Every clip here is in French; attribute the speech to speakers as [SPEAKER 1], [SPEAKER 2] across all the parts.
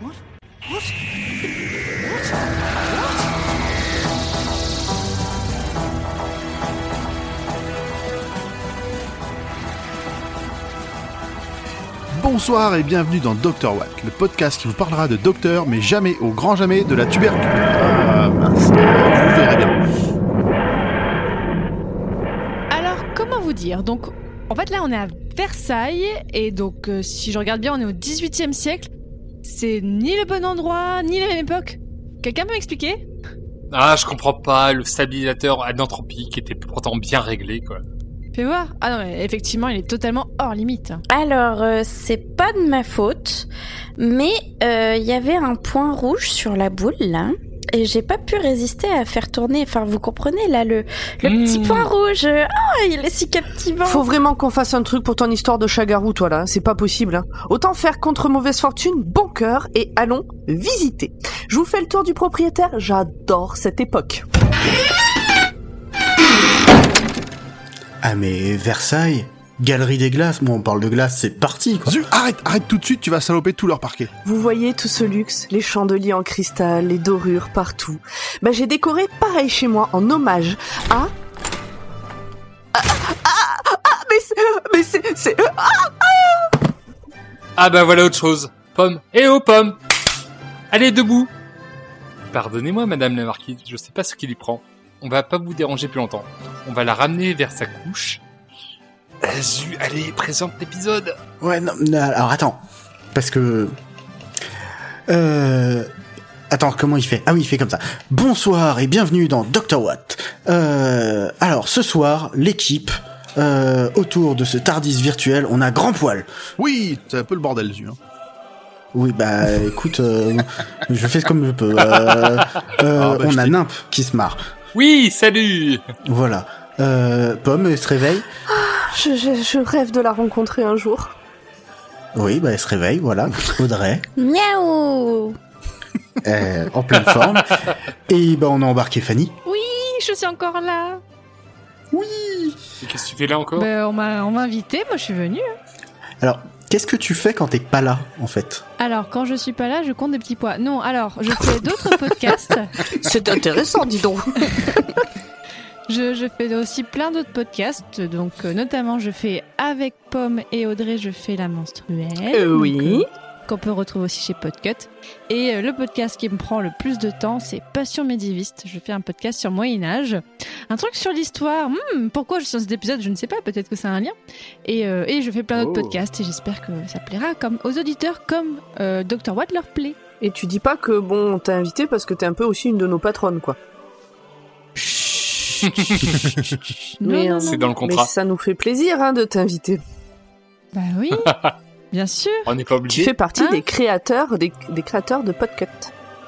[SPEAKER 1] What? What? What?
[SPEAKER 2] Bonsoir et bienvenue dans Dr Watt, le podcast qui vous parlera de docteur, mais jamais, au grand jamais, de la tuberculose. Ah, mince. Vous verrez bien.
[SPEAKER 3] Alors, comment vous dire Donc, en fait, là, on est à Versailles, et donc, euh, si je regarde bien, on est au 18e siècle. C'est ni le bon endroit, ni la même époque. Quelqu'un peut m'expliquer
[SPEAKER 4] Ah, je comprends pas, le stabilisateur anéantropique était pourtant bien réglé, quoi.
[SPEAKER 3] Fais voir. Ah non, mais effectivement, il est totalement hors limite.
[SPEAKER 5] Alors, euh, c'est pas de ma faute, mais euh, il y avait un point rouge sur la boule là. Et j'ai pas pu résister à faire tourner. Enfin, vous comprenez là le, le
[SPEAKER 4] Mmh.
[SPEAKER 5] petit point rouge. Oh, il est si captivant.
[SPEAKER 6] Faut vraiment qu'on fasse un truc pour ton histoire de chagarou, toi là. C'est pas possible. hein. Autant faire contre mauvaise fortune, bon cœur, et allons visiter. Je vous fais le tour du propriétaire. J'adore cette époque.
[SPEAKER 7] Ah mais Versailles Galerie des glaces, moi on parle de glace, c'est parti quoi
[SPEAKER 2] Zu, arrête, arrête tout de suite, tu vas saloper tout leur parquet.
[SPEAKER 6] Vous voyez tout ce luxe, les chandeliers en cristal, les dorures partout. Bah j'ai décoré pareil chez moi en hommage à. Ah, ah, ah, mais c'est, mais c'est, c'est- ah
[SPEAKER 4] Ah bah voilà autre chose. Pomme. Eh oh, pomme Allez, debout Pardonnez-moi, madame la marquise, je sais pas ce qui lui prend. On va pas vous déranger plus longtemps. On va la ramener vers sa couche. Ah, Zu, allez, présente l'épisode
[SPEAKER 7] Ouais, non, non, alors attends. Parce que... Euh... Attends, comment il fait Ah oui, il fait comme ça. Bonsoir et bienvenue dans Dr. Watt. Euh... Alors, ce soir, l'équipe, euh, autour de ce Tardis virtuel, on a Grand Poil.
[SPEAKER 2] Oui, c'est un peu le bordel, Zu. hein.
[SPEAKER 7] Oui, bah écoute, euh, je fais comme je peux. Euh,
[SPEAKER 2] bah,
[SPEAKER 7] euh,
[SPEAKER 2] je
[SPEAKER 7] on a
[SPEAKER 2] t'ai-
[SPEAKER 7] Nymphe qui se marre.
[SPEAKER 4] Oui, salut
[SPEAKER 7] Voilà. Euh, Pomme, elle se réveille.
[SPEAKER 6] je, je- je rêve de la rencontrer un jour.
[SPEAKER 7] Oui, bah elle se réveille, voilà. Audrey,
[SPEAKER 5] Miaou.
[SPEAKER 7] euh, en pleine forme. Et bah on a embarqué Fanny.
[SPEAKER 3] Hi, Je suis encore là.
[SPEAKER 4] Et Qu'est-ce que tu fais là
[SPEAKER 6] Bah,
[SPEAKER 4] encore
[SPEAKER 3] Ben, on m'a on m'a invité, moi je suis venue.
[SPEAKER 7] Alors, qu'est-ce que tu fais quand t'es pas là, en fait
[SPEAKER 3] Alors, quand je suis pas là, je compte des petits pois. Non, alors, je fais d'autres podcasts.
[SPEAKER 6] C'est intéressant, dis donc.
[SPEAKER 3] Je, je fais aussi plein d'autres podcasts, donc euh, notamment je fais avec Pomme et Audrey, je fais la menstruelle.
[SPEAKER 6] Euh, oui.
[SPEAKER 3] donc, euh, Qu'on peut retrouver aussi chez Podcut. Et euh, le podcast qui me prend le plus de temps, c'est Passion médiviste. Je fais un podcast sur Moyen-Âge. Un truc sur l'histoire. Hmm, pourquoi je suis dans cet épisode Je ne sais pas. Peut-être que ça a un lien. Et, euh, et je fais plein d'autres
[SPEAKER 2] Oh.
[SPEAKER 3] podcasts et j'espère que ça plaira comme, aux auditeurs comme euh, Dr. Watt leur plaît.
[SPEAKER 6] Et tu dis pas que bon, t'as invité parce que t'es un peu aussi une de nos patronnes, quoi.
[SPEAKER 3] Non,
[SPEAKER 6] Mais,
[SPEAKER 3] non,
[SPEAKER 6] euh,
[SPEAKER 3] non.
[SPEAKER 4] C'est dans le
[SPEAKER 6] Mais
[SPEAKER 4] contrat.
[SPEAKER 6] ça nous fait plaisir hein, de t'inviter.
[SPEAKER 3] Bah oui, bien sûr.
[SPEAKER 4] On n'est pas
[SPEAKER 6] Tu
[SPEAKER 4] obligé.
[SPEAKER 6] fais partie
[SPEAKER 3] Hein
[SPEAKER 6] des créateurs, des, des créateurs de Podcut.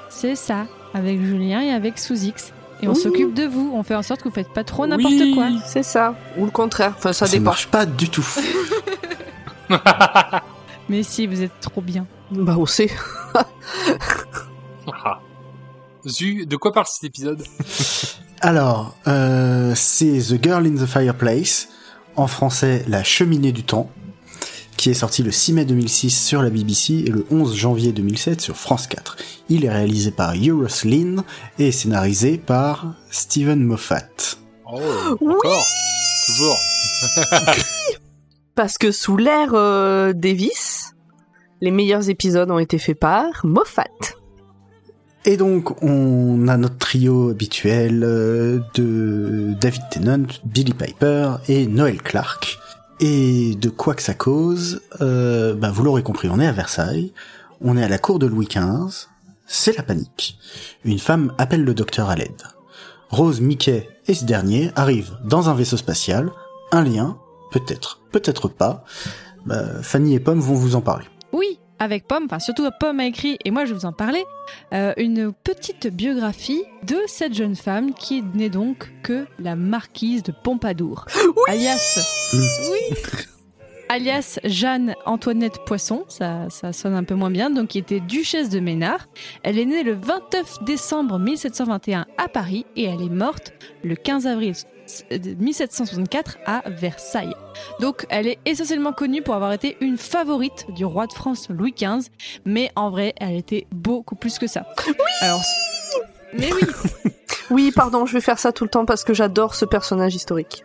[SPEAKER 3] C'est ça, avec Julien et avec Souzix. Et on
[SPEAKER 6] Oui.
[SPEAKER 3] s'occupe de vous, on fait en sorte que vous faites pas trop n'importe
[SPEAKER 4] Oui.
[SPEAKER 3] quoi.
[SPEAKER 6] C'est ça, ou le contraire. Enfin, ça dépend.
[SPEAKER 7] marche pas du tout.
[SPEAKER 3] Mais si, vous êtes trop bien.
[SPEAKER 6] Bah, on sait.
[SPEAKER 4] Ah. Zu, de quoi parle cet épisode
[SPEAKER 7] Alors, euh, c'est The Girl in the Fireplace, en français La cheminée du temps, qui est sorti le 6 mai 2006 sur la BBC et le 11 janvier 2007 sur France 4. Il est réalisé par Euros Lynn et scénarisé par Steven Moffat.
[SPEAKER 4] Oh,
[SPEAKER 6] Oui.
[SPEAKER 4] encore Toujours.
[SPEAKER 6] Parce que sous l'ère euh, Davis, les meilleurs épisodes ont été faits par Moffat.
[SPEAKER 7] Et donc, on a notre trio habituel euh, de David Tennant, Billy Piper et Noël Clark. Et de quoi que ça cause, euh, bah, vous l'aurez compris, on est à Versailles, on est à la cour de Louis XV, c'est la panique. Une femme appelle le docteur à l'aide. Rose Mickey et ce dernier arrivent dans un vaisseau spatial, un lien, peut-être, peut-être pas. Bah, Fanny et Pomme vont vous en parler.
[SPEAKER 3] Oui, avec Pomme, enfin surtout Pomme a écrit, et moi je vais vous en parler, euh, une petite biographie de cette jeune femme qui n'est donc que la marquise de Pompadour. alias.
[SPEAKER 7] Mm.
[SPEAKER 3] Alias Jeanne-Antoinette Poisson, ça, ça sonne un peu moins bien, donc qui était duchesse de Ménard. Elle est née le 29 décembre 1721 à Paris et elle est morte le 15 avril euh, 1764 à Versailles. Donc elle est essentiellement connue pour avoir été une favorite du roi de France Louis XV, mais en vrai elle était beaucoup plus que ça. Oui Alors, mais oui
[SPEAKER 6] Oui, pardon, je vais faire ça tout le temps parce que j'adore ce personnage historique.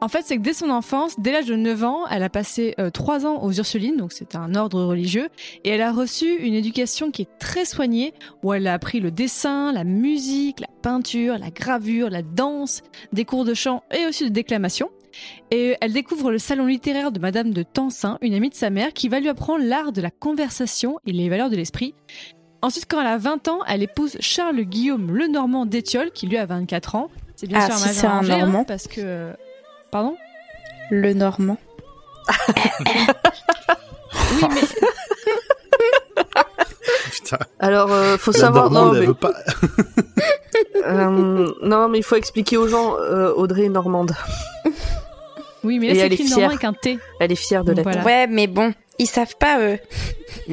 [SPEAKER 3] En fait, c'est que dès son enfance, dès l'âge de 9 ans, elle a passé euh, 3 ans aux Ursulines, donc c'est un ordre religieux, et elle a reçu une éducation qui est très soignée, où elle a appris le dessin, la musique, la peinture, la gravure, la danse, des cours de chant et aussi de déclamation. Et elle découvre le salon littéraire de Madame de Tansin, une amie de sa mère, qui va lui apprendre l'art de la conversation et les valeurs de l'esprit. Ensuite, quand elle a 20 ans, elle épouse Charles Guillaume le Normand d'Étiole, qui lui a 24 ans. C'est bien
[SPEAKER 5] Ah,
[SPEAKER 3] sûr un
[SPEAKER 5] si
[SPEAKER 3] major
[SPEAKER 5] c'est un
[SPEAKER 3] arrangé, hein,
[SPEAKER 5] Normand.
[SPEAKER 3] parce que... Pardon
[SPEAKER 5] Le normand.
[SPEAKER 3] Oui, mais
[SPEAKER 2] Putain,
[SPEAKER 6] Alors, euh, faut
[SPEAKER 2] la
[SPEAKER 6] savoir.
[SPEAKER 2] Normande,
[SPEAKER 6] Non
[SPEAKER 2] elle
[SPEAKER 6] mais,
[SPEAKER 2] veut pas.
[SPEAKER 6] euh, non, mais il faut expliquer aux gens. euh, Audrey est normande.
[SPEAKER 3] Oui, mais
[SPEAKER 6] Et
[SPEAKER 3] là, c'est
[SPEAKER 6] elle est
[SPEAKER 3] écrit normand
[SPEAKER 6] fière.
[SPEAKER 3] avec un T.
[SPEAKER 6] Elle est fière de
[SPEAKER 3] Donc
[SPEAKER 6] l'être.
[SPEAKER 3] voilà.
[SPEAKER 5] Ouais, mais bon, ils savent pas eux.
[SPEAKER 6] Et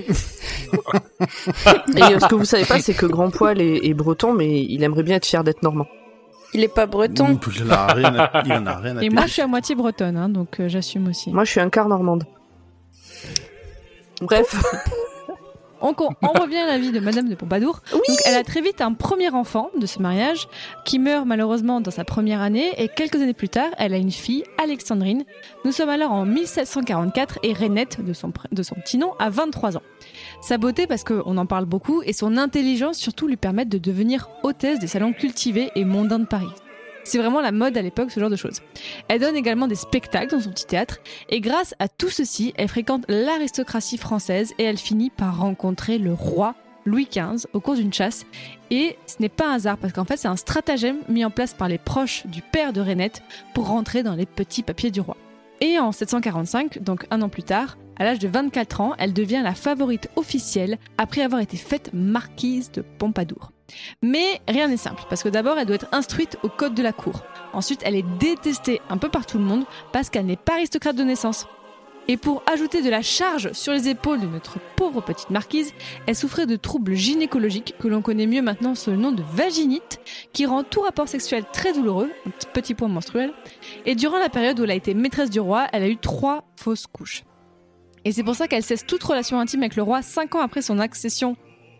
[SPEAKER 6] euh, ce que vous savez pas, c'est que Grand Poil est, est breton, mais il aimerait bien être fier d'être normand.
[SPEAKER 5] Il est pas breton.
[SPEAKER 2] Ouh, Il en a rien à, il en a rien à
[SPEAKER 3] Et
[SPEAKER 2] péter.
[SPEAKER 3] moi, je suis à moitié bretonne, hein, donc euh, j'assume aussi.
[SPEAKER 6] Moi, je suis un quart normande. Bref,
[SPEAKER 3] On, con- on revient à la vie de Madame de Pompadour. Donc, elle a très vite un premier enfant de ce mariage qui meurt malheureusement dans sa première année et quelques années plus tard, elle a une fille, Alexandrine. Nous sommes alors en 1744 et Renette, de son, pr- de son petit nom, a 23 ans. Sa beauté, parce qu'on en parle beaucoup, et son intelligence surtout lui permettent de devenir hôtesse des salons cultivés et mondains de Paris. C'est vraiment la mode à l'époque, ce genre de choses. Elle donne également des spectacles dans son petit théâtre et grâce à tout ceci, elle fréquente l'aristocratie française et elle finit par rencontrer le roi Louis XV au cours d'une chasse. Et ce n'est pas un hasard parce qu'en fait c'est un stratagème mis en place par les proches du père de Rainette pour rentrer dans les petits papiers du roi. Et en 745, donc un an plus tard, à l'âge de 24 ans, elle devient la favorite officielle après avoir été faite marquise de Pompadour. Mais rien n'est simple, parce que d'abord elle doit être instruite au code de la cour. Ensuite, elle est détestée un peu par tout le monde parce qu'elle n'est pas aristocrate de naissance. Et pour ajouter de la charge sur les épaules de notre pauvre petite marquise, elle souffrait de troubles gynécologiques que l'on connaît mieux maintenant sous le nom de vaginite, qui rend tout rapport sexuel très douloureux, un petit- petit point menstruel. Et durant la période où elle a été maîtresse du roi, elle a eu trois fausses couches. Et c'est pour ça qu'elle cesse toute relation intime avec le roi cinq ans après son accession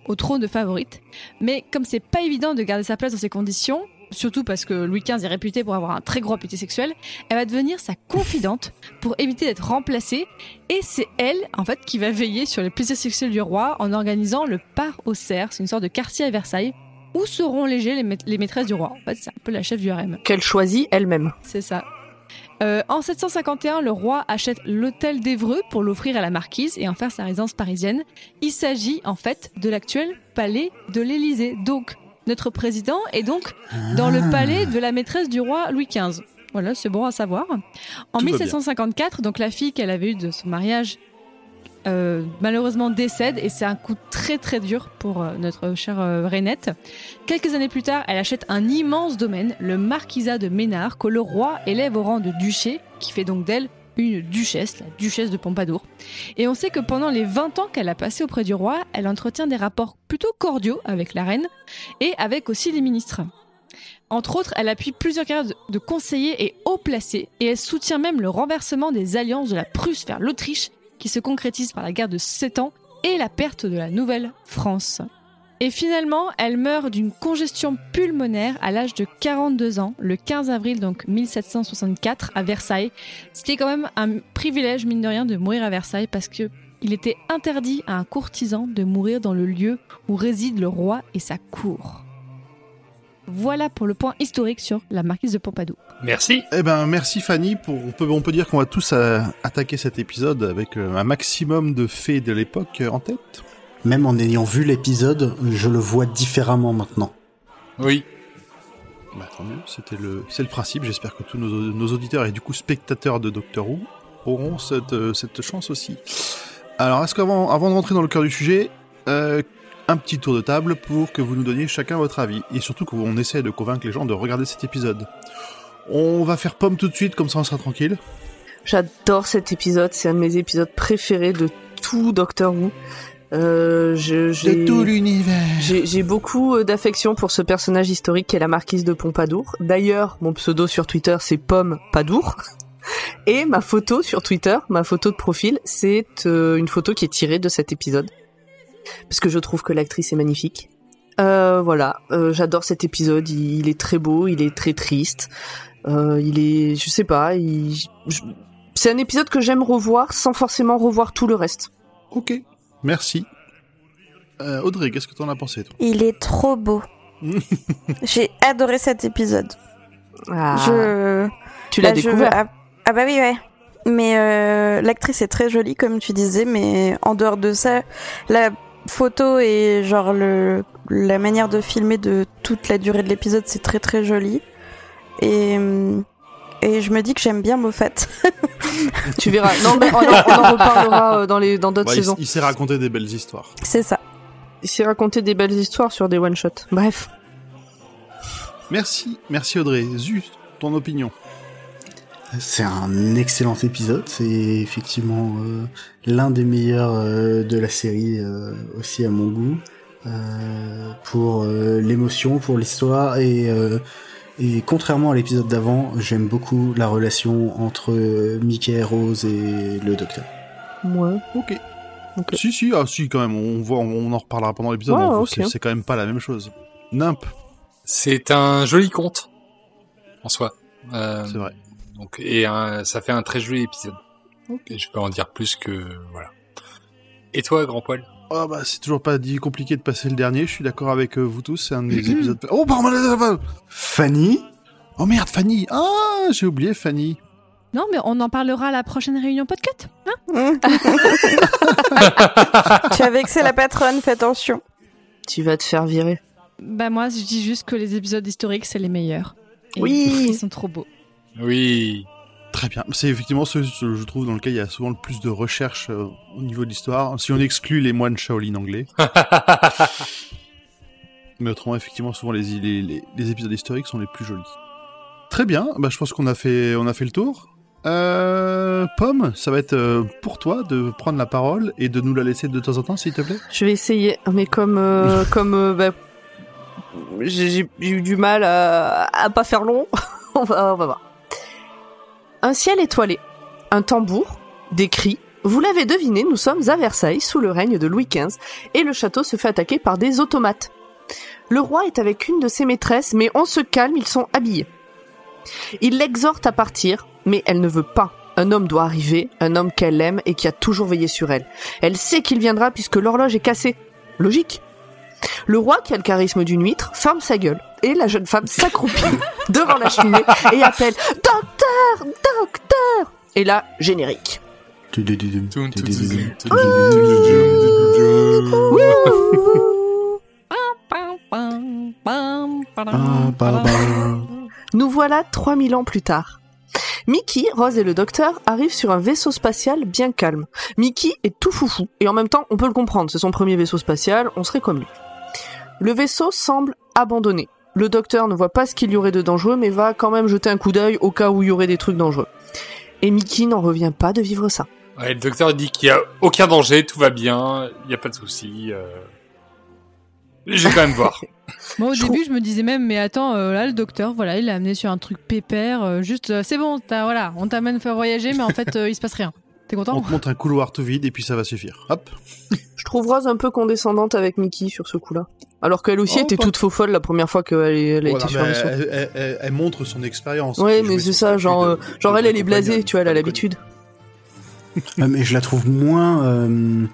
[SPEAKER 3] au trône de favorite. Mais comme c'est pas évident de garder sa place dans ces conditions, surtout parce que Louis XV est réputé pour avoir un très gros appétit sexuel, elle va devenir sa confidente pour éviter d'être remplacée. Et c'est elle, en fait, qui va veiller sur les plaisirs sexuels du roi en organisant le par au cerf. C'est une sorte de quartier à Versailles où seront légers les, maît- les maîtresses du roi. En fait, c'est un peu la chef du harem.
[SPEAKER 6] qu'elle choisit elle-même.
[SPEAKER 3] C'est ça. Euh, en 751, le roi achète l'hôtel d'Evreux pour l'offrir à la marquise et en faire sa résidence parisienne. Il s'agit en fait de l'actuel palais de l'Élysée. Donc, notre président est donc dans
[SPEAKER 2] Ah.
[SPEAKER 3] le palais de la maîtresse du roi Louis XV. Voilà, c'est bon à savoir. En
[SPEAKER 2] Tout va bien.
[SPEAKER 3] 1754, donc la fille qu'elle avait eue de son mariage, euh, malheureusement décède et c'est un coup très très dur pour euh, notre chère euh, Rainette. Quelques années plus tard, elle achète un immense domaine, le marquisat de Ménard, que le roi élève au rang de duché, qui fait donc d'elle une duchesse, la duchesse de Pompadour. Et on sait que pendant les 20 ans qu'elle a passé auprès du roi, elle entretient des rapports plutôt cordiaux avec la reine et avec aussi les ministres. Entre autres, elle appuie plusieurs carrières de- de conseillers et hauts placés, et elle soutient même le renversement des alliances de la Prusse vers l'Autriche, qui se concrétise par la guerre de 7 ans et la perte de la Nouvelle-France. Et finalement, elle meurt d'une congestion pulmonaire à l'âge de 42 ans, le 15 avril donc 1764 à Versailles. C'était quand même un privilège mine de rien de mourir à Versailles parce que il était interdit à un courtisan de mourir dans le lieu où réside le roi et sa cour. Voilà pour le point historique sur la marquise de Pompadour.
[SPEAKER 4] Merci.
[SPEAKER 2] Eh ben, merci Fanny. Pour, on, peut, on peut dire qu'on va tous euh, attaquer cet épisode avec euh, un maximum de faits de l'époque euh, en tête.
[SPEAKER 7] Même en ayant vu l'épisode, je le vois différemment maintenant.
[SPEAKER 4] Oui.
[SPEAKER 2] Bah, tant mieux, c'était le, c'est le principe. J'espère que tous nos, nos auditeurs et du coup spectateurs de Doctor Who auront cette, euh, cette chance aussi. Alors, est-ce qu'avant avant de rentrer dans le cœur du sujet, euh, un petit tour de table pour que vous nous donniez chacun votre avis et surtout qu'on essaie de convaincre les gens de regarder cet épisode. On va faire pomme tout de suite, comme ça on sera tranquille.
[SPEAKER 6] J'adore cet épisode, c'est un de mes épisodes préférés de tout Doctor Who. Euh, je- j'ai-
[SPEAKER 2] De tout l'univers.
[SPEAKER 6] j'ai j'ai beaucoup euh, d'affection pour ce personnage historique qui est la marquise de Pompadour. D'ailleurs, mon pseudo sur Twitter, c'est Pomme Padour. Et ma photo sur Twitter, ma photo de profil, c'est euh, une photo qui est tirée de cet épisode. Parce que je trouve que l'actrice est magnifique. Euh, voilà, euh, j'adore cet épisode. Il, il est très beau, il est très triste. Euh, il est, je sais pas, il- je- c'est un épisode que j'aime revoir sans forcément revoir tout le reste.
[SPEAKER 2] Ok, merci. Euh, Audrey, qu'est-ce que t'en as pensé, toi
[SPEAKER 1] Il est trop beau. J'ai adoré cet épisode.
[SPEAKER 5] Ah.
[SPEAKER 1] Je...
[SPEAKER 6] Ah, Tu l'as
[SPEAKER 1] Bah, je-
[SPEAKER 6] découvert.
[SPEAKER 1] Ah, ah bah oui, ouais. Mais euh, l'actrice est très jolie, comme tu disais, mais en dehors de ça, la photo et genre le, la manière de filmer de toute la durée de l'épisode, c'est très très joli. Et, euh, et je me dis que j'aime bien Moffat.
[SPEAKER 6] Tu verras. Non, mais oh non, on en reparlera euh, dans les dans d'autres
[SPEAKER 2] Ouais, Bah, il-
[SPEAKER 6] saisons.
[SPEAKER 2] Il s'est raconté des belles histoires.
[SPEAKER 1] c'est ça.
[SPEAKER 6] Il s'est raconté des belles histoires sur des one shots. Bref.
[SPEAKER 2] Merci, merci Audrey. Zut, ton opinion.
[SPEAKER 7] C'est un excellent épisode, c'est effectivement euh, l'un des meilleurs euh, de la série euh, aussi à mon goût, Euh, pour euh, l'émotion, pour l'histoire et, euh, et contrairement à l'épisode d'avant, j'aime beaucoup la relation entre euh, Mickey, Rose et le Docteur.
[SPEAKER 6] Moi.
[SPEAKER 2] Ok.
[SPEAKER 6] Ok.
[SPEAKER 2] Si, si, ah, si, quand même, on, voit, on en reparlera pendant l'épisode,
[SPEAKER 6] Ouais,
[SPEAKER 2] on-
[SPEAKER 6] ok.
[SPEAKER 2] c'est- c'est quand même pas la même chose. Nimp,
[SPEAKER 4] C'est un joli conte, en soi. Euh,
[SPEAKER 2] c'est vrai.
[SPEAKER 4] donc, et un- ça fait un très joli épisode. Et je peux en dire plus que... Voilà. Et toi, Grand Poil
[SPEAKER 2] Ah bah, c'est toujours pas dit compliqué de passer le dernier, je suis d'accord avec euh, vous tous, c'est un des épisodes... Oh, pardon, pardon, pardon.
[SPEAKER 7] Fanny
[SPEAKER 2] Oh merde, Fanny Ah, j'ai oublié Fanny.
[SPEAKER 3] Non, mais on en parlera à la prochaine réunion podcast.
[SPEAKER 1] Mmh. tu as vexé la patronne, fais attention.
[SPEAKER 6] Tu vas te faire virer.
[SPEAKER 3] Bah moi, je dis juste que les épisodes historiques, c'est les meilleurs. Et
[SPEAKER 1] Oui.
[SPEAKER 3] Ils sont trop beaux.
[SPEAKER 4] Oui.
[SPEAKER 2] Très bien. C'est effectivement ce, ce- je trouve, dans lequel il y a souvent le plus de recherche euh, au niveau de l'histoire, si on exclut les moines Shaolin anglais. Mais autrement, effectivement, souvent les, les, les- les épisodes historiques sont les plus jolis. Très bien. Bah, je pense qu'on a fait, on a fait le tour. Euh, Pomme, ça va être euh, pour toi de prendre la parole et de nous la laisser de temps en temps, s'il te plaît.
[SPEAKER 6] Je vais essayer, mais comme euh, comme euh, bah, j'ai j'ai eu du mal à, à pas faire long. on va on va voir. Un ciel étoilé, un tambour, des cris. Vous l'avez deviné, nous sommes à Versailles sous le règne de Louis XV et le château se fait attaquer par des automates. Le roi est avec une de ses maîtresses, mais on se calme, ils sont habillés. Il l'exhorte à partir, mais elle ne veut pas. Un homme doit arriver, un homme qu'elle aime et qui a toujours veillé sur elle. Elle sait qu'il viendra puisque l'horloge est cassée. Logique. Le roi, qui a le charisme d'une huître, ferme sa gueule et la jeune femme s'accroupit devant la cheminée et appelle Docteur Docteur Et là, générique. Ah.
[SPEAKER 3] Pam, pam, pam,
[SPEAKER 7] Pam, pam, pam.
[SPEAKER 6] Nous voilà 3000 ans plus tard. Mickey, Rose et le docteur arrivent sur un vaisseau spatial bien calme. Mickey est tout foufou et en même temps on peut le comprendre, c'est son premier vaisseau spatial, on serait comme lui. Le vaisseau semble abandonné. Le docteur ne voit pas ce qu'il y aurait de dangereux mais va quand même jeter un coup d'œil au cas où il y aurait des trucs dangereux. Et Mickey n'en revient pas de vivre ça.
[SPEAKER 4] Ouais, le docteur dit qu'il y a aucun danger, tout va bien, il n'y a pas de souci. euh. Je vais quand même voir.
[SPEAKER 3] Moi, au
[SPEAKER 6] Je
[SPEAKER 3] début, je me disais même, mais attends, euh, là, le docteur, voilà, il l'a amené sur un truc pépère, euh, juste, euh, c'est bon, t'as- voilà, on t'amène faire voyager, mais en fait, euh, il se passe rien. T'es
[SPEAKER 2] On
[SPEAKER 3] content
[SPEAKER 2] te montre un couloir tout vide et puis ça va suffire. Hop.
[SPEAKER 6] Je trouve Rose un peu condescendante avec Mickey sur ce coup-là. Alors qu'elle aussi
[SPEAKER 2] Oh,
[SPEAKER 6] était
[SPEAKER 2] pas-
[SPEAKER 6] toute faux folle la première fois qu'elle elle a
[SPEAKER 2] Voilà,
[SPEAKER 6] été sur un
[SPEAKER 2] mais
[SPEAKER 6] vaisseau.
[SPEAKER 2] elle, elle- elle- elle montre son expérience.
[SPEAKER 6] Ouais,
[SPEAKER 2] Je
[SPEAKER 6] mais
[SPEAKER 2] vais
[SPEAKER 6] c'est
[SPEAKER 2] sur
[SPEAKER 6] ça,
[SPEAKER 2] le
[SPEAKER 6] genre,
[SPEAKER 2] cul de-
[SPEAKER 6] euh,
[SPEAKER 2] de-
[SPEAKER 6] Genre
[SPEAKER 2] de
[SPEAKER 6] elle, elle
[SPEAKER 2] la
[SPEAKER 6] est blasée,
[SPEAKER 2] compagne,
[SPEAKER 6] tu vois, elle a
[SPEAKER 2] pas de
[SPEAKER 6] l'habitude.
[SPEAKER 7] Ah, mais je la trouve moins euh,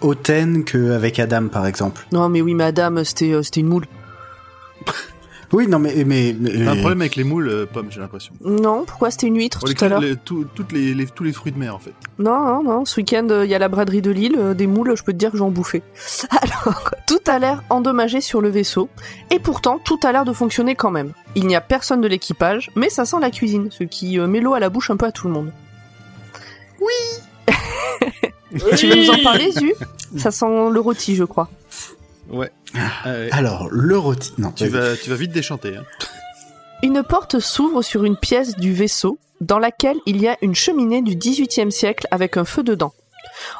[SPEAKER 7] hautaine qu'avec Adam par exemple.
[SPEAKER 6] Non, mais oui, madame, c'était euh, c'était une moule.
[SPEAKER 7] Oui, non mais mais, mais-
[SPEAKER 2] T'as un problème avec les moules, euh, pomme, j'ai l'impression.
[SPEAKER 6] Non, pourquoi c'était une huître
[SPEAKER 2] Pour les-
[SPEAKER 6] tout à l'heure
[SPEAKER 2] les- tout- toutes les, les- tous les fruits de mer, en fait.
[SPEAKER 6] Non, non, non. Ce week-end, euh, il y a la braderie de Lille, euh, des moules, je peux te dire que j'en bouffais. Alors, tout a l'air endommagé sur le vaisseau, et pourtant, tout a l'air de fonctionner quand même. Il n'y a personne de l'équipage, mais ça sent la cuisine, ce qui euh, met l'eau à la bouche un peu à tout le monde. Tu veux nous en parler, Zu Ça sent le rôti, je crois.
[SPEAKER 7] Alors le rôti. Non.
[SPEAKER 2] Ah, tu, vas, tu vas vite déchanter. Hein.
[SPEAKER 6] Une porte s'ouvre sur une pièce du vaisseau dans laquelle il y a une cheminée du XVIIIe siècle avec un feu dedans.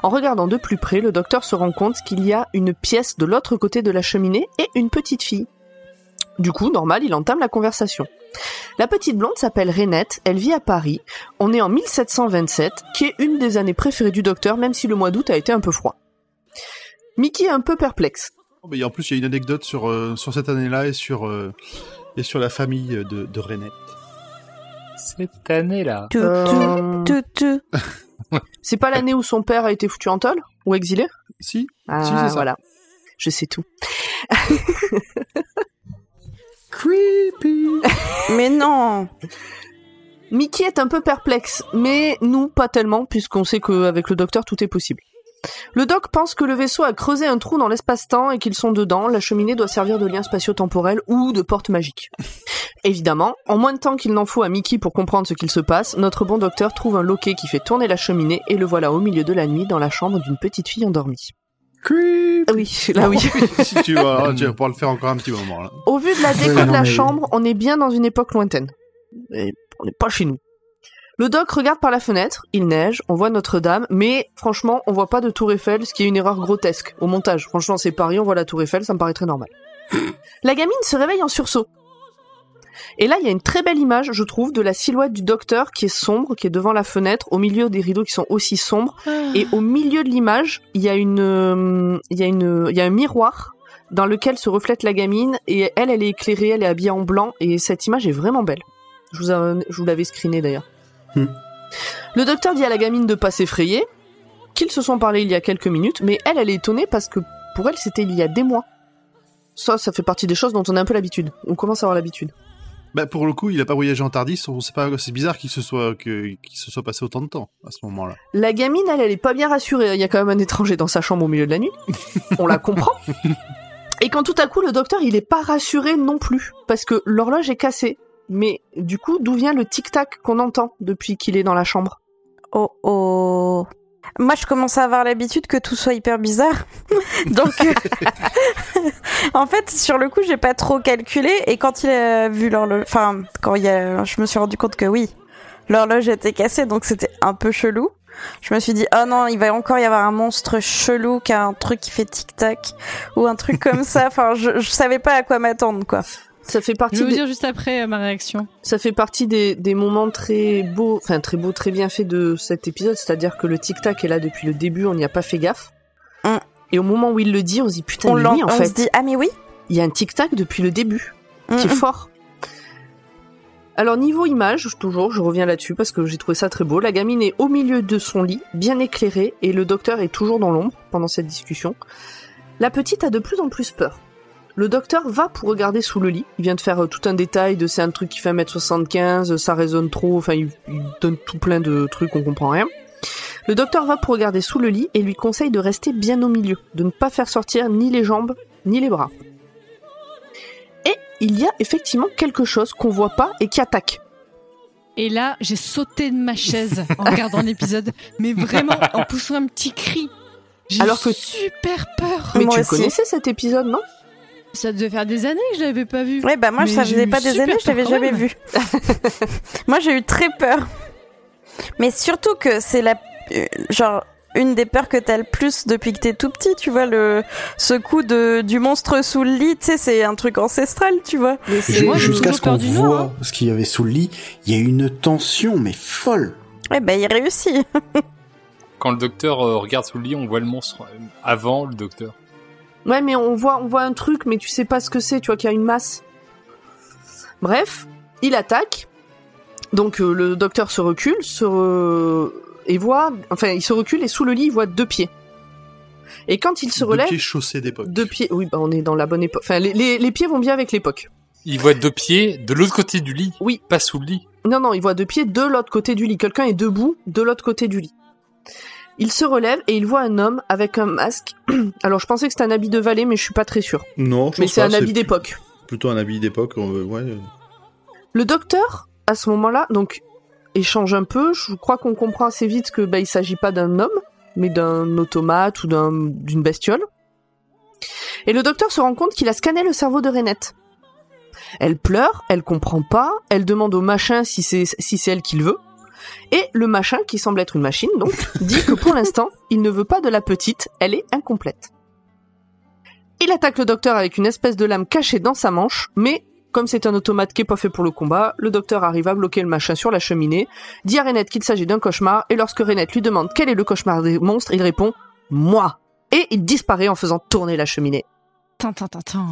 [SPEAKER 6] En regardant de plus près, le docteur se rend compte qu'il y a une pièce de l'autre côté de la cheminée et une petite fille. Du coup, normal, il entame la conversation. La petite blonde s'appelle Renette, elle vit à Paris. On est en 1727, qui est une des années préférées du docteur, même si le mois d'août a été un peu froid. Mickey est un peu perplexe.
[SPEAKER 2] Oh, mais en plus, il y a une anecdote sur, euh, sur cette année-là et sur, euh, et sur la famille de, de Renette.
[SPEAKER 4] Cette année-là.
[SPEAKER 1] Tout,
[SPEAKER 6] Euh.
[SPEAKER 1] tout, tout, tout.
[SPEAKER 6] C'est pas l'année où son père a été foutu en tôle Ou exilé
[SPEAKER 2] Si
[SPEAKER 6] Ah,
[SPEAKER 2] Si, c'est ça.
[SPEAKER 6] voilà. Je sais tout.
[SPEAKER 7] Creepy.
[SPEAKER 1] Mais non
[SPEAKER 6] Mickey est un peu perplexe, mais nous, pas tellement, puisqu'on sait qu'avec le docteur, tout est possible. Le doc pense que le vaisseau a creusé un trou dans l'espace-temps et qu'ils sont dedans. La cheminée doit servir de lien spatio-temporel ou de porte magique. Évidemment, en moins de temps qu'il n'en faut à Mickey pour comprendre ce qu'il se passe, notre bon docteur trouve un loquet qui fait tourner la cheminée et le voilà au milieu de la nuit dans la chambre d'une petite fille endormie.
[SPEAKER 7] Creep.
[SPEAKER 6] Ah Oui, là oui.
[SPEAKER 2] si tu vas, hein, tu vas pouvoir le faire encore un petit moment là.
[SPEAKER 6] Au vu de la déco
[SPEAKER 7] Oui, non,
[SPEAKER 6] de la
[SPEAKER 7] mais-
[SPEAKER 6] chambre, on est bien dans une époque lointaine. Et on n'est pas chez nous. Le doc regarde par la fenêtre, il neige, on voit Notre-Dame, mais franchement, on voit pas de Tour Eiffel, ce qui est une erreur grotesque au montage. Franchement, c'est Paris, on voit la Tour Eiffel, ça me paraît très normal. la gamine se réveille en sursaut. Et là, il y a une très belle image, je trouve, de la silhouette du docteur qui est sombre, qui est devant la fenêtre, au milieu des rideaux qui sont aussi sombres, et au milieu de l'image, il y a une, euh, il y a une, il y a un miroir dans lequel se reflète la gamine et elle, elle est éclairée, elle est habillée en blanc et cette image est vraiment belle. Je vous, en- je vous l'avais screenée d'ailleurs.
[SPEAKER 7] Hmm.
[SPEAKER 6] Le docteur dit à la gamine de pas s'effrayer, qu'ils se sont parlé il y a quelques minutes, mais elle, elle est étonnée parce que pour elle, c'était il y a des mois. Ça, ça fait partie des choses dont on a un peu l'habitude. On commence à avoir l'habitude.
[SPEAKER 2] Bah pour le coup, il a pas voyagé en tardis, on sait pas c'est bizarre qu'il se soit que qu'il se soit passé autant de temps à ce moment-là.
[SPEAKER 6] La gamine, elle, elle est pas bien rassurée. hein. Il y a quand même un étranger dans sa chambre au milieu de la nuit. On la comprend. Et quand tout à coup, le docteur, il est pas rassuré non plus. Parce que l'horloge est cassée. Mais du coup, d'où vient le tic-tac qu'on entend depuis qu'il est dans la chambre
[SPEAKER 1] Oh oh. Moi, je commence à avoir l'habitude que tout soit hyper bizarre. Donc, euh, en fait, sur le coup, j'ai pas trop calculé. Et quand il a vu l'horloge, enfin, quand il y a, je me suis rendu compte que oui, l'horloge était cassée, donc c'était un peu chelou. Je me suis dit, oh non, il va encore y avoir un monstre chelou qui a un truc qui fait tic-tac ou un truc comme ça. Enfin, je, je savais pas à quoi m'attendre, quoi.
[SPEAKER 6] Ça fait
[SPEAKER 3] Je vais
[SPEAKER 6] partie,
[SPEAKER 3] vous
[SPEAKER 6] des,
[SPEAKER 3] dire juste après euh, ma réaction.
[SPEAKER 6] ça fait partie des, des moments très beaux, enfin très beaux, très bien faits de cet épisode. C'est-à-dire que le tic-tac est là depuis le début, on n'y a pas fait gaffe.
[SPEAKER 1] Hum.
[SPEAKER 6] Et au moment où il le dit, on se dit putain,
[SPEAKER 1] on
[SPEAKER 6] mais
[SPEAKER 1] l'en-
[SPEAKER 6] oui, en
[SPEAKER 1] on se
[SPEAKER 6] fait,
[SPEAKER 1] dit, ah mais oui.
[SPEAKER 6] il y a un tic-tac depuis le début. qui est
[SPEAKER 1] Mm,
[SPEAKER 6] fort. Alors niveau image, toujours, je reviens là-dessus parce que j'ai trouvé ça très beau. La gamine est au milieu de son lit, bien éclairée, et le docteur est toujours dans l'ombre pendant cette discussion. La petite a de plus en plus peur. Le docteur va pour regarder sous le lit. Il vient de faire euh, tout un détail de c'est un truc qui fait 1m75, euh, ça résonne trop, enfin il, il donne tout plein de trucs, on comprend rien. Le docteur va pour regarder sous le lit et lui conseille de rester bien au milieu, de ne pas faire sortir ni les jambes ni les bras. Et il y a effectivement quelque chose qu'on voit pas et qui attaque.
[SPEAKER 3] Et là, j'ai sauté de ma chaise en regardant l'épisode, mais vraiment en poussant un petit cri. J'ai
[SPEAKER 6] Alors que-
[SPEAKER 3] super peur.
[SPEAKER 6] Mais
[SPEAKER 1] Moi
[SPEAKER 6] tu
[SPEAKER 1] aussi.
[SPEAKER 6] connaissais cet épisode, non
[SPEAKER 3] Ça devait faire des années que je l'avais pas vu.
[SPEAKER 1] Ouais, bah moi,
[SPEAKER 3] Mais
[SPEAKER 1] ça
[SPEAKER 3] j'ai
[SPEAKER 1] faisait
[SPEAKER 3] eu
[SPEAKER 1] pas des
[SPEAKER 3] super
[SPEAKER 1] années, je
[SPEAKER 3] peur
[SPEAKER 1] l'avais
[SPEAKER 3] quand
[SPEAKER 1] jamais
[SPEAKER 3] même.
[SPEAKER 1] vu. moi, j'ai eu très peur. Mais surtout que c'est la. euh, Genre, une des peurs que t'as le plus depuis que t'es tout petit, tu vois, le... ce coup de... du monstre sous le lit, tu sais, c'est un truc ancestral, tu vois.
[SPEAKER 6] Mais
[SPEAKER 3] Et
[SPEAKER 7] Ju-
[SPEAKER 3] moi, j'ai
[SPEAKER 7] Jusqu'à
[SPEAKER 3] toujours
[SPEAKER 7] ce qu'on
[SPEAKER 3] peur du hein. noir,
[SPEAKER 7] voit ce qu'il y avait sous le lit, il y a une tension, mais folle.
[SPEAKER 1] Ouais, bah, il réussit.
[SPEAKER 4] Quand le docteur euh, regarde sous le lit, on voit le monstre euh, avant le docteur.
[SPEAKER 6] Ouais, mais on voit, on voit un truc, mais tu sais pas ce que c'est, tu vois qu'il y a une masse. Bref, il attaque. Donc euh, le docteur se recule, se re- et voit, enfin il se recule et sous le lit il voit deux pieds. Et quand il se relève,
[SPEAKER 2] Deux pieds chaussés d'époque.
[SPEAKER 6] deux pieds- oui, bah on est dans la bonne époque. Enfin les, les- les pieds vont bien avec l'époque.
[SPEAKER 4] Il voit deux pieds de l'autre côté du lit.
[SPEAKER 6] Oui.
[SPEAKER 4] Pas sous le lit.
[SPEAKER 6] Non, non, il voit deux pieds de l'autre côté du lit. Quelqu'un est debout de l'autre côté du lit. Il se relève et il voit un homme avec un masque. Alors je pensais que c'était un habit de valet, mais je suis pas très sûre.
[SPEAKER 2] Non, je
[SPEAKER 6] Mais
[SPEAKER 2] pense
[SPEAKER 6] c'est
[SPEAKER 2] pas,
[SPEAKER 6] un habit d'époque.
[SPEAKER 2] Plutôt un habit d'époque, on veut- ouais. euh,
[SPEAKER 6] Le docteur, à ce moment-là, donc échange un peu. Je crois qu'on comprend assez vite que bah, il s'agit pas d'un homme, mais d'un automate ou d'un- d'une bestiole. Et le docteur se rend compte qu'il a scanné le cerveau de Renette. Elle pleure, elle comprend pas, elle demande au machin si c'est si c'est elle qu'il veut. Et le machin, qui semble être une machine, donc, dit que pour l'instant, il ne veut pas de la petite, elle est incomplète. Il attaque le docteur avec une espèce de lame cachée dans sa manche, mais comme c'est un automate qui est pas fait pour le combat, le docteur arrive à bloquer le machin sur la cheminée, dit à Renette qu'il s'agit d'un cauchemar, et lorsque Renette lui demande quel est le cauchemar des monstres, il répond Moi Et il disparaît en faisant tourner la cheminée.
[SPEAKER 3] Tintin, tintin.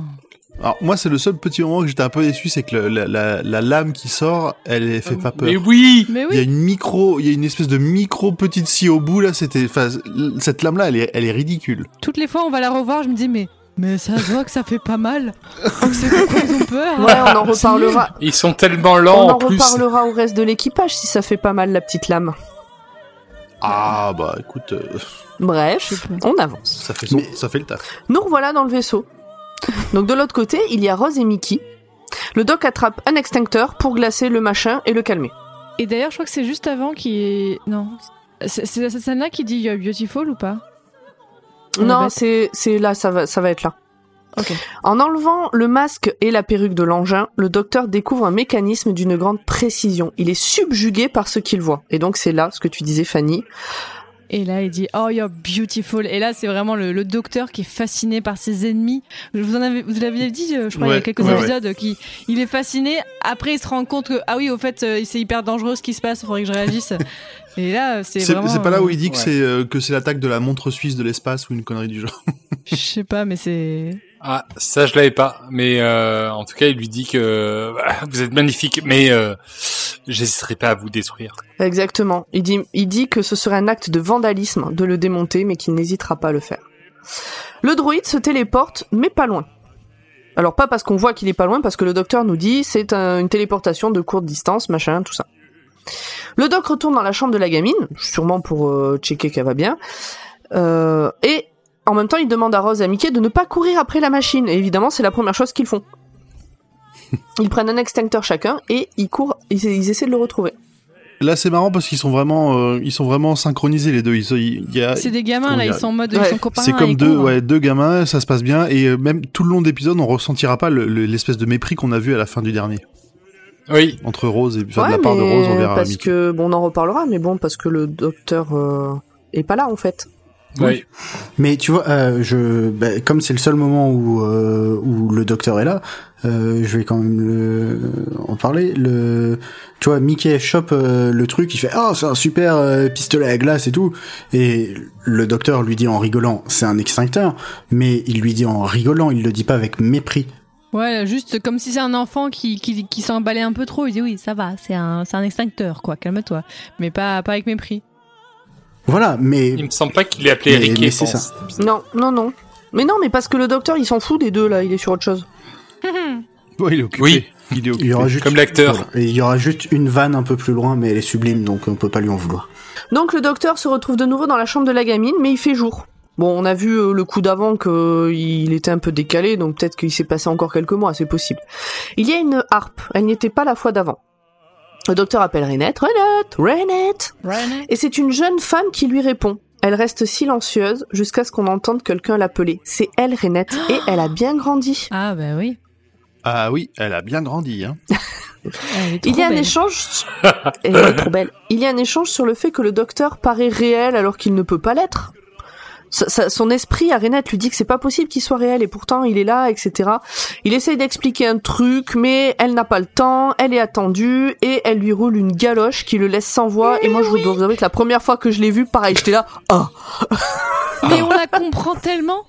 [SPEAKER 2] Alors, moi, c'est le seul petit moment que j'étais un peu déçu, c'est que le- la, la- la lame qui sort, elle elle fait pas peur.
[SPEAKER 4] Mais oui
[SPEAKER 3] Euh, Mais
[SPEAKER 2] Il y a
[SPEAKER 3] oui,
[SPEAKER 2] une micro, il y a une espèce de micro petite scie au bout là. C'était, enfin, cette lame là, elle est, elle est ridicule.
[SPEAKER 3] toutes les fois on va la revoir, je me dis mais mais ça se voit que ça fait pas mal. C'est pourquoi ils ont peur.
[SPEAKER 6] Ouais, on en reparlera.
[SPEAKER 4] Ils sont tellement
[SPEAKER 6] On
[SPEAKER 4] lents en
[SPEAKER 6] en
[SPEAKER 4] plus.
[SPEAKER 6] reparlera au reste de l'équipage si ça fait pas mal la petite lame.
[SPEAKER 2] Ah bah écoute, euh,
[SPEAKER 6] Bref, on avance.
[SPEAKER 2] ça fait son- ça fait le taf.
[SPEAKER 6] Nous revoilà dans le vaisseau. Donc de l'autre côté, il y a Rose et Mickey. Le doc attrape un extincteur pour glacer le machin et le calmer.
[SPEAKER 3] Et d'ailleurs, je crois que c'est juste avant qui non, c'est c'est cette scène-là qui dit euh, Beautiful ou pas On est
[SPEAKER 6] non,
[SPEAKER 3] bête.
[SPEAKER 6] c'est c'est là, ça va, ça va être là.
[SPEAKER 3] Ok.
[SPEAKER 6] En enlevant le masque et la perruque de l'engin, le docteur découvre un mécanisme d'une grande précision. Il est subjugué par ce qu'il voit. Et donc c'est là ce que tu disais, Fanny.
[SPEAKER 3] Et là, il dit Oh, you're beautiful. Et là, c'est vraiment le, le docteur qui est fasciné par ses ennemis. Je vous en avais, vous l'aviez dit, euh, je crois, il y a
[SPEAKER 2] Ouais,
[SPEAKER 3] quelques
[SPEAKER 2] ouais,
[SPEAKER 3] épisodes, qui il est fasciné. Après, il se rend compte que ah oui, au fait, euh, c'est hyper dangereux ce qui se passe. Il faudrait que je réagisse. Et là, c'est
[SPEAKER 2] C'est
[SPEAKER 3] vraiment.
[SPEAKER 2] c'est pas là où il dit que
[SPEAKER 4] ouais.
[SPEAKER 2] c'est euh, que c'est l'attaque de la montre suisse de l'espace ou une connerie du genre.
[SPEAKER 3] euh, Je sais pas, mais c'est.
[SPEAKER 4] Ah, ça je l'avais pas, mais euh, en tout cas il lui dit que euh, vous êtes magnifique, mais euh, j'hésiterai pas à vous détruire.
[SPEAKER 6] Exactement. Il dit, il dit que ce serait un acte de vandalisme de le démonter, mais qu'il n'hésitera pas à le faire. Le droïde se téléporte, mais pas loin. Alors pas parce qu'on voit qu'il est pas loin, parce que le docteur nous dit c'est un- une téléportation de courte distance, machin, tout ça. Le doc retourne dans la chambre de la gamine, sûrement pour euh, checker qu'elle va bien. Euh, et en même temps, il demande à Rose et à Mickey de ne pas courir après la machine. Et évidemment, c'est la première chose qu'ils font. Ils prennent un extincteur chacun et ils courent, ils- ils essaient de le retrouver.
[SPEAKER 2] Là, c'est marrant parce qu'ils sont vraiment, euh, ils sont vraiment synchronisés les deux. Ils, sont- Ah, il y a-
[SPEAKER 3] C'est des gamins, là,
[SPEAKER 2] comment
[SPEAKER 3] ils
[SPEAKER 2] dire
[SPEAKER 3] sont en mode.
[SPEAKER 6] Ouais,
[SPEAKER 3] ils sont copains. hein.
[SPEAKER 2] C'est comme
[SPEAKER 3] ils
[SPEAKER 2] deux,
[SPEAKER 3] courent.
[SPEAKER 2] ouais, deux gamins, ça se passe bien, et euh, même tout le long de l'épisode, on ressentira pas le- le- l'espèce de mépris qu'on a vu à la fin du dernier.
[SPEAKER 4] Oui,
[SPEAKER 2] Entre Rose et enfin, de la
[SPEAKER 6] Ouais,
[SPEAKER 2] part de
[SPEAKER 6] mais
[SPEAKER 2] Rose envers
[SPEAKER 6] parce
[SPEAKER 2] Mickey.
[SPEAKER 6] que bon, on en reparlera, mais bon, parce que le docteur euh, est pas là en fait.
[SPEAKER 4] oui.
[SPEAKER 7] Mais tu vois, euh, je, bah, comme c'est le seul moment où, euh, où le docteur est là, euh, je vais quand même le, euh, en parler. Le, tu vois, Mickey chope euh, le truc, il fait ah c'est un super euh, pistolet à glace et tout, et le docteur lui dit en rigolant c'est un extincteur, mais il lui dit en rigolant, il le dit pas avec mépris.
[SPEAKER 3] Ouais, juste comme si c'est un enfant qui, qui, qui s'emballait un peu trop. Il dit Oui, ça va, c'est un, c'est un extincteur, quoi, calme-toi. Mais pas, pas avec mépris.
[SPEAKER 7] Voilà, mais
[SPEAKER 4] Il me semble pas qu'il est appelé
[SPEAKER 7] Mais-
[SPEAKER 4] Eric
[SPEAKER 7] mais
[SPEAKER 4] et
[SPEAKER 7] c'est
[SPEAKER 4] pense.
[SPEAKER 6] Non, non, non. Mais non, mais parce que le docteur, il s'en fout des deux là, il est sur autre chose.
[SPEAKER 2] Ouais, il est occupé.
[SPEAKER 4] Oui.
[SPEAKER 2] Il est
[SPEAKER 7] il y
[SPEAKER 2] occupé.
[SPEAKER 7] aura juste
[SPEAKER 4] Comme l'acteur.
[SPEAKER 7] voilà. Et il y aura juste une vanne un peu plus loin, mais elle est sublime, donc on peut pas lui en vouloir.
[SPEAKER 6] Donc le docteur se retrouve de nouveau dans la chambre de la gamine, mais il fait jour. Bon, on a vu euh, le coup d'avant qu'il était un peu décalé, donc peut-être qu'il s'est passé encore quelques mois, c'est possible. Il y a une harpe, elle n'y était pas la fois d'avant. Le docteur appelle Renette, Renette, Renette Et c'est une jeune femme qui lui répond. Elle reste silencieuse jusqu'à ce qu'on entende quelqu'un l'appeler. C'est elle, Renette, et elle a bien grandi.
[SPEAKER 3] Ah, bah oui.
[SPEAKER 2] Ah oui, elle a bien grandi. Hein.
[SPEAKER 3] Elle est trop
[SPEAKER 6] Il y a un
[SPEAKER 3] belle.
[SPEAKER 6] échange. Eh, Elle est trop belle. Il y a un échange sur le fait que le docteur paraît réel alors qu'il ne peut pas l'être. Sa- sa- son esprit à Renette lui dit que c'est pas possible qu'il soit réel et pourtant il est là, etc. Il essaye d'expliquer un truc, mais elle n'a pas le temps, elle est attendue et elle lui roule une galoche qui le laisse sans voix. et moi, je vous dois vous avouer que la première fois que je l'ai vu, pareil, j'étais là. Ah.
[SPEAKER 3] Mais on la comprend tellement.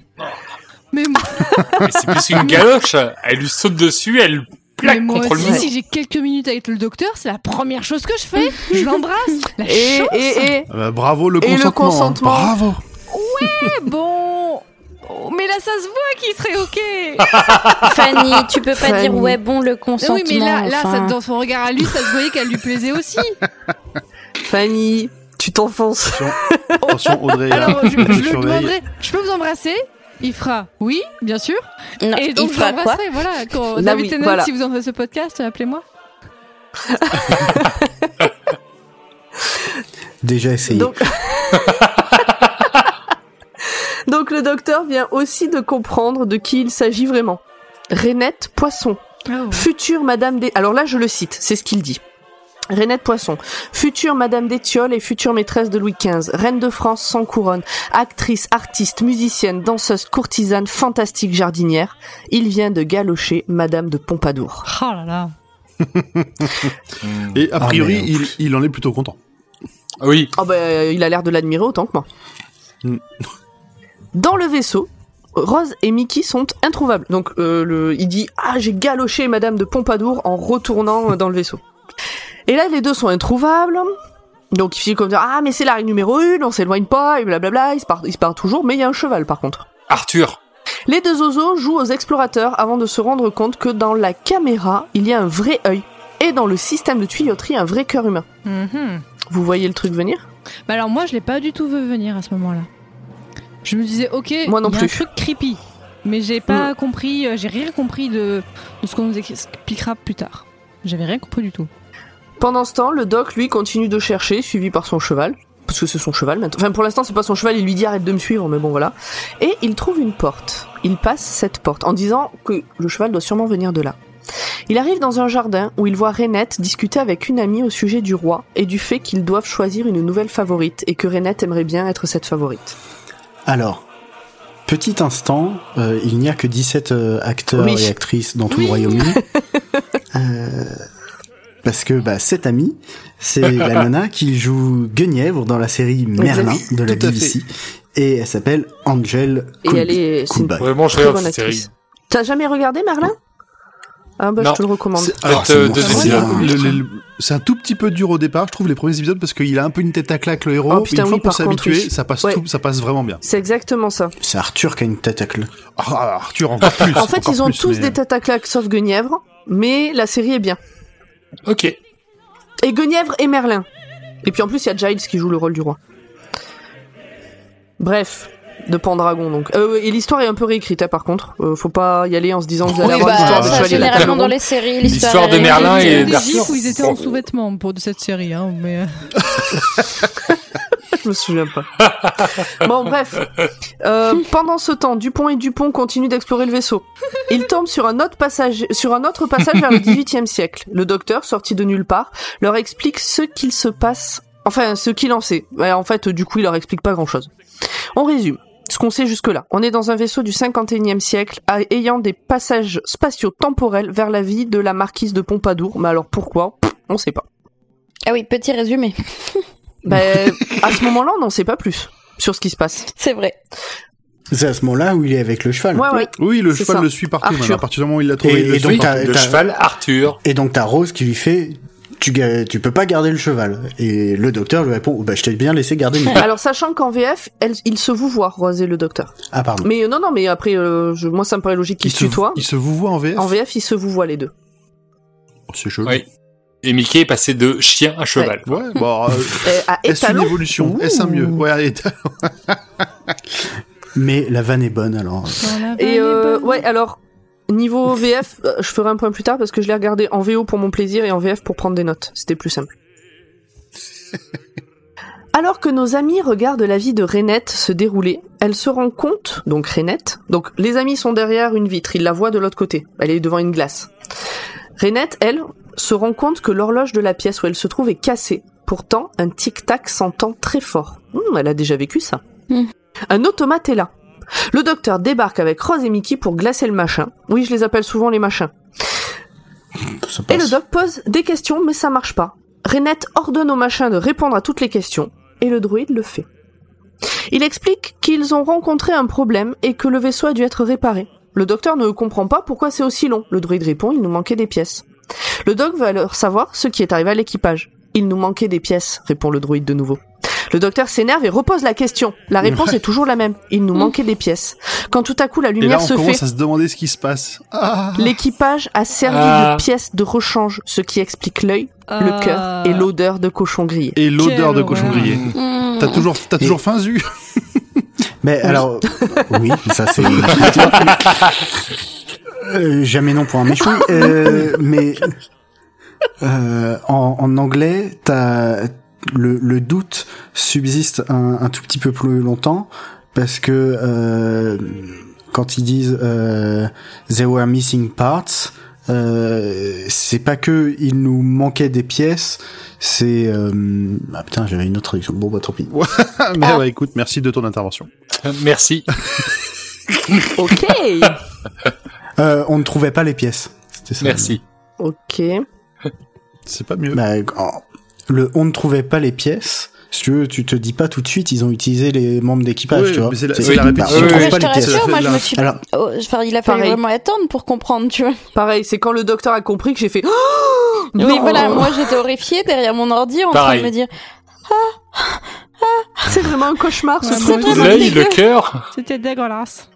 [SPEAKER 3] Mais, moi-
[SPEAKER 4] Mais c'est plus une galoche. Elle lui saute dessus, elle le
[SPEAKER 3] mais
[SPEAKER 4] plaque
[SPEAKER 3] moi
[SPEAKER 4] contre le
[SPEAKER 3] aussi,
[SPEAKER 4] mur.
[SPEAKER 3] si j'ai quelques minutes avec le docteur, c'est la première chose que je fais. Je l'embrasse. La
[SPEAKER 6] Et,
[SPEAKER 3] chance.
[SPEAKER 6] et, et,
[SPEAKER 2] Ah bah, bravo le
[SPEAKER 6] Et le consentement.
[SPEAKER 2] consentement. hein. Bravo.
[SPEAKER 3] Eh, bon. Oh, mais là, ça se voit qu'il serait
[SPEAKER 6] Ah,
[SPEAKER 3] ok.
[SPEAKER 5] Fanny, tu peux pas
[SPEAKER 6] Fanny.
[SPEAKER 5] dire ouais bon le consentement.
[SPEAKER 3] Eh oui, mais là, là,
[SPEAKER 5] enfin.
[SPEAKER 3] ça- dans son regard à lui, ça se voyait qu'elle lui plaisait aussi.
[SPEAKER 6] Fanny, tu t'enfonces.
[SPEAKER 2] Attention Audrey. hein. là,
[SPEAKER 3] Alors, je, je
[SPEAKER 2] elle te
[SPEAKER 3] le
[SPEAKER 2] surveille.
[SPEAKER 3] demanderai. Je peux vous embrasser Il fera oui, bien sûr.
[SPEAKER 5] Non,
[SPEAKER 3] Et donc, je
[SPEAKER 5] il fera quoi
[SPEAKER 3] l'embrasserai. Voilà. Quand
[SPEAKER 6] Là,
[SPEAKER 3] David
[SPEAKER 6] oui,
[SPEAKER 3] Tennant,
[SPEAKER 6] voilà.
[SPEAKER 3] si vous entendez ce podcast, appelez-moi.
[SPEAKER 7] Déjà essayé.
[SPEAKER 6] Donc... Donc le docteur vient aussi de comprendre de qui il s'agit vraiment.
[SPEAKER 3] Oh.
[SPEAKER 6] Renette Poisson, future Madame des... Alors là, je le cite, c'est ce qu'il dit. Rainette Poisson, future Madame d'Étiole et future maîtresse de Louis XV, reine de France sans couronne, actrice, artiste, musicienne, danseuse, courtisane, fantastique jardinière, il vient de galocher Madame de Pompadour.
[SPEAKER 3] Oh là là.
[SPEAKER 2] Et a
[SPEAKER 7] Ah,
[SPEAKER 2] priori,
[SPEAKER 7] merde.
[SPEAKER 2] il, il en est plutôt content.
[SPEAKER 4] Oui.
[SPEAKER 6] Oh bah, il a l'air de l'admirer autant que moi.
[SPEAKER 2] Hmm.
[SPEAKER 6] Dans le vaisseau, Rose et Mickey sont introuvables. Donc euh, le, il dit ah j'ai galoché Madame de Pompadour en retournant euh, dans le vaisseau. Et là les deux sont introuvables. Donc il finit comme dire ah mais c'est la règle numéro une, on s'éloigne pas et blablabla. Il se part, il se part toujours, mais il y a un cheval par contre.
[SPEAKER 4] Arthur.
[SPEAKER 6] Les deux oiseaux jouent aux explorateurs avant de se rendre compte que dans la caméra il y a un vrai œil et dans le système de tuyauterie un vrai cœur humain.
[SPEAKER 3] Mhm.
[SPEAKER 6] Vous voyez le truc venir
[SPEAKER 3] Bah alors moi je l'ai pas du tout vu venir à ce moment-là. Je me disais ok,
[SPEAKER 6] Moi non
[SPEAKER 3] il y a
[SPEAKER 6] plus. Mm.
[SPEAKER 3] un truc creepy, mais j'ai pas compris, euh, j'ai rien compris de, de ce qu'on nous expliquera plus tard. J'avais rien compris du tout.
[SPEAKER 6] Pendant ce temps, le doc, lui, continue de chercher, suivi par son cheval. Parce que c'est son cheval maintenant. Enfin, pour l'instant, c'est pas son cheval, il lui dit arrête de me suivre, mais bon, voilà. Et il trouve une porte. Il passe cette porte en disant que le cheval doit sûrement venir de là. Il arrive dans un jardin où il voit Renette discuter avec une amie au sujet du roi et du fait qu'ils doivent choisir une nouvelle favorite et que Renette aimerait bien être cette favorite.
[SPEAKER 7] Alors, petit instant, euh, il n'y a que 17 euh, acteurs
[SPEAKER 6] Oui.
[SPEAKER 7] et actrices dans tout le Royaume-Uni. Euh, parce que bah, cette amie, c'est la nana qui joue Guenièvre dans la série Merlin de la
[SPEAKER 2] Tout à
[SPEAKER 7] BBC. Et elle s'appelle Angel
[SPEAKER 6] Et
[SPEAKER 7] Cool-
[SPEAKER 6] elle est- c'est une
[SPEAKER 7] Coolby.
[SPEAKER 4] Vraiment, je
[SPEAKER 6] Très
[SPEAKER 4] regarde
[SPEAKER 6] bonne
[SPEAKER 4] cette série.
[SPEAKER 6] actrice. T'as jamais regardé Merlin Ah bah
[SPEAKER 4] Non.
[SPEAKER 6] je te le recommande.
[SPEAKER 2] C'est- alors,
[SPEAKER 4] Peut-être,
[SPEAKER 7] Ah, c'est
[SPEAKER 4] euh,
[SPEAKER 7] bon,
[SPEAKER 4] deux
[SPEAKER 6] Ah,
[SPEAKER 7] c'est
[SPEAKER 2] c'est
[SPEAKER 4] épisodes.
[SPEAKER 7] bon.
[SPEAKER 2] le- le- le- c'est un tout petit peu dur au départ, je trouve, les premiers épisodes, parce qu'il a un peu une tête à claque, le héros.
[SPEAKER 6] Oh, putain,
[SPEAKER 2] une fois
[SPEAKER 6] oui,
[SPEAKER 2] qu'on
[SPEAKER 6] par
[SPEAKER 2] s'est
[SPEAKER 6] contre,
[SPEAKER 2] habitué,
[SPEAKER 6] oui.
[SPEAKER 2] ça, passe
[SPEAKER 6] Ouais.
[SPEAKER 2] tout, ça passe vraiment bien.
[SPEAKER 6] C'est exactement ça.
[SPEAKER 7] C'est Arthur qui a une tête à cl-
[SPEAKER 2] Ah, Arthur, encore plus.
[SPEAKER 6] En fait,
[SPEAKER 2] encore
[SPEAKER 6] ils ont
[SPEAKER 2] plus,
[SPEAKER 6] tous
[SPEAKER 2] mais- euh,
[SPEAKER 6] des têtes à claque sauf Guenièvre, mais la série est bien.
[SPEAKER 4] Ok.
[SPEAKER 6] Et Guenièvre et Merlin. Et puis en plus, il y a Giles qui joue le rôle du roi. Bref, de Pendragon donc. Euh, et l'histoire est un peu réécrite hein, par contre. Euh, faut pas y aller en se disant que vous allez
[SPEAKER 5] Oui,
[SPEAKER 6] avoir
[SPEAKER 5] bah,
[SPEAKER 6] l'histoire de
[SPEAKER 5] ça,
[SPEAKER 6] Chevalier de la Table
[SPEAKER 5] généralement
[SPEAKER 6] Ronde.
[SPEAKER 5] dans les séries,
[SPEAKER 4] L'histoire
[SPEAKER 5] l'histoire
[SPEAKER 4] de
[SPEAKER 5] est-
[SPEAKER 4] Merlin
[SPEAKER 3] J'ai
[SPEAKER 4] et
[SPEAKER 3] vu des
[SPEAKER 4] d'Arthur.
[SPEAKER 3] gifs où ils étaient en
[SPEAKER 4] Oh.
[SPEAKER 3] sous-vêtements pour de cette série, hein, mais euh,
[SPEAKER 6] Je me souviens pas. bon, bref. Euh, pendant ce temps, Dupont et Dupont continuent d'explorer le vaisseau. Ils tombent sur un autre passage, sur un autre passage vers le XVIIIe siècle. Le docteur, sorti de nulle part, leur explique ce qu'il se passe, enfin, ce qu'il en sait. Ouais, en fait, du coup, il leur explique pas grand chose. On résume. Ce qu'on sait jusque-là. On est dans un vaisseau du 51e siècle a- ayant des passages spatio-temporels vers la vie de la marquise de Pompadour. Mais alors pourquoi? Pff, On sait pas.
[SPEAKER 5] Ah oui, petit résumé,
[SPEAKER 6] Ben, à ce moment-là, on n'en sait pas plus sur ce qui se passe.
[SPEAKER 5] c'est vrai.
[SPEAKER 7] C'est à ce moment-là où il est avec le cheval.
[SPEAKER 6] Ouais, ouais.
[SPEAKER 2] Oui, le
[SPEAKER 6] C'est
[SPEAKER 2] cheval
[SPEAKER 6] ça.
[SPEAKER 2] le suit partout,
[SPEAKER 6] Arthur.
[SPEAKER 2] maintenant. À partir du moment où il l'a trouvé,
[SPEAKER 7] Et-
[SPEAKER 2] il le
[SPEAKER 7] et
[SPEAKER 2] suit
[SPEAKER 7] donc,
[SPEAKER 2] partout.
[SPEAKER 7] t'as-
[SPEAKER 4] Le
[SPEAKER 7] t'as-
[SPEAKER 4] cheval, Arthur.
[SPEAKER 7] Et donc t'as Rose qui lui fait tu, ga- tu peux pas garder le cheval. Et le docteur lui répond bah, Je t'ai bien laissé garder mes.
[SPEAKER 6] Alors sachant qu'en VF, elle, il se vous voit, Rose et le docteur.
[SPEAKER 7] Ah, pardon.
[SPEAKER 6] Mais euh, non, non, mais après, euh, je- moi ça me paraît logique qu'ils
[SPEAKER 2] Il
[SPEAKER 6] se
[SPEAKER 2] se,
[SPEAKER 6] tutoient.
[SPEAKER 2] il se vous voit en VF.
[SPEAKER 6] En VF, ils se vous voient les deux.
[SPEAKER 2] Oh, c'est joli.
[SPEAKER 4] Oui. Et Mickey est passé de chien à cheval.
[SPEAKER 2] Ouais, bon, euh,
[SPEAKER 6] Euh, à
[SPEAKER 2] est-ce une
[SPEAKER 6] étalon,
[SPEAKER 2] évolution Est-ce un mieux Ouais, étalon.
[SPEAKER 7] Mais la vanne est bonne alors.
[SPEAKER 3] dans la
[SPEAKER 6] Et
[SPEAKER 3] vallée
[SPEAKER 6] euh,
[SPEAKER 3] basse.
[SPEAKER 6] ouais, alors niveau VF, euh, je ferai un point plus tard parce que je l'ai regardé en VO pour mon plaisir et en VF pour prendre des notes. C'était plus simple. Alors que nos amis regardent la vie de Renette se dérouler, elle se rend compte, donc Renette, donc les amis sont derrière une vitre, ils la voient de l'autre côté, elle est devant une glace. Renette, elle, se rend compte que l'horloge de la pièce où elle se trouve est cassée. Pourtant, un tic-tac s'entend très fort. Hum, elle a déjà vécu ça.
[SPEAKER 5] Hmm.
[SPEAKER 6] Un automate est là. Le docteur débarque avec Rose et Mickey pour glacer le machin. Oui, je les appelle souvent les machins.
[SPEAKER 7] Ça
[SPEAKER 6] Et le
[SPEAKER 7] passe.
[SPEAKER 6] doc pose des questions, mais ça marche pas. Renette ordonne au machin de répondre à toutes les questions, et le druide le fait. Il explique qu'ils ont rencontré un problème et que le vaisseau a dû être réparé. Le docteur ne comprend pas pourquoi c'est aussi long. Le druide répond, il nous manquait des pièces. Le doc veut alors savoir ce qui est arrivé à l'équipage. Il nous manquait des pièces, répond le druide de nouveau. Le docteur s'énerve et repose la question. La réponse est toujours la même. Il nous manquait des pièces. Quand tout à coup la
[SPEAKER 2] Et
[SPEAKER 6] lumière
[SPEAKER 2] là, on
[SPEAKER 6] se fait,
[SPEAKER 2] commence à se demander ce qui se passe. Ah
[SPEAKER 6] L'équipage a servi
[SPEAKER 4] Ah.
[SPEAKER 6] de pièce de rechange, ce qui explique l'œil,
[SPEAKER 3] Ah.
[SPEAKER 6] le cœur et l'odeur de cochon grillé.
[SPEAKER 2] Et l'odeur
[SPEAKER 3] Quelle
[SPEAKER 2] de cochon
[SPEAKER 3] horreur.
[SPEAKER 2] grillé.
[SPEAKER 5] Hmm.
[SPEAKER 2] T'as toujours, t'as toujours faim, Zu
[SPEAKER 7] Mais alors, oui, ça c'est. Euh, jamais non pour un méchant. Euh, mais euh, en, en anglais, t'as le, le doute subsiste un, un tout petit peu plus longtemps parce que euh, quand ils disent euh, they were missing parts. Euh, c'est pas que il nous manquait des pièces, c'est euh, ah putain j'avais une autre traduction. Bon bah tant pis.
[SPEAKER 2] Ah, Mais
[SPEAKER 6] Ah.
[SPEAKER 2] ouais, écoute, merci de ton intervention.
[SPEAKER 4] Merci.
[SPEAKER 6] Ok.
[SPEAKER 7] Euh, on ne trouvait pas les pièces. C'était ça.
[SPEAKER 4] Merci.
[SPEAKER 6] ok.
[SPEAKER 2] C'est pas mieux.
[SPEAKER 7] Bah, quand- le on ne trouvait pas les pièces. Si tu veux, tu te dis pas tout de suite, ils ont utilisé les membres d'équipage,
[SPEAKER 2] Oui,
[SPEAKER 7] tu vois.
[SPEAKER 2] mais c'est la-
[SPEAKER 7] C'est-
[SPEAKER 2] c'est la
[SPEAKER 7] bah,
[SPEAKER 2] répétition.
[SPEAKER 7] on
[SPEAKER 4] Oui,
[SPEAKER 7] trouve
[SPEAKER 4] oui,
[SPEAKER 7] pas
[SPEAKER 5] je te
[SPEAKER 7] les pièces.
[SPEAKER 5] rassure, moi je me
[SPEAKER 2] Alors-
[SPEAKER 5] suis.
[SPEAKER 7] Alors,
[SPEAKER 5] Oh, enfin, il a fallu
[SPEAKER 6] Pareil.
[SPEAKER 5] vraiment attendre pour comprendre, tu vois.
[SPEAKER 6] Pareil, c'est quand le docteur a compris que j'ai fait. Oh
[SPEAKER 5] Oui,
[SPEAKER 6] non
[SPEAKER 5] voilà, moi j'étais horrifiée derrière mon ordi en
[SPEAKER 4] Pareil.
[SPEAKER 5] train de me dire
[SPEAKER 6] C'est vraiment un cauchemar ce
[SPEAKER 3] Ouais,
[SPEAKER 6] truc.
[SPEAKER 5] vraiment
[SPEAKER 4] L'œil,
[SPEAKER 5] dégueu.
[SPEAKER 4] le cœur.
[SPEAKER 3] C'était dégueulasse.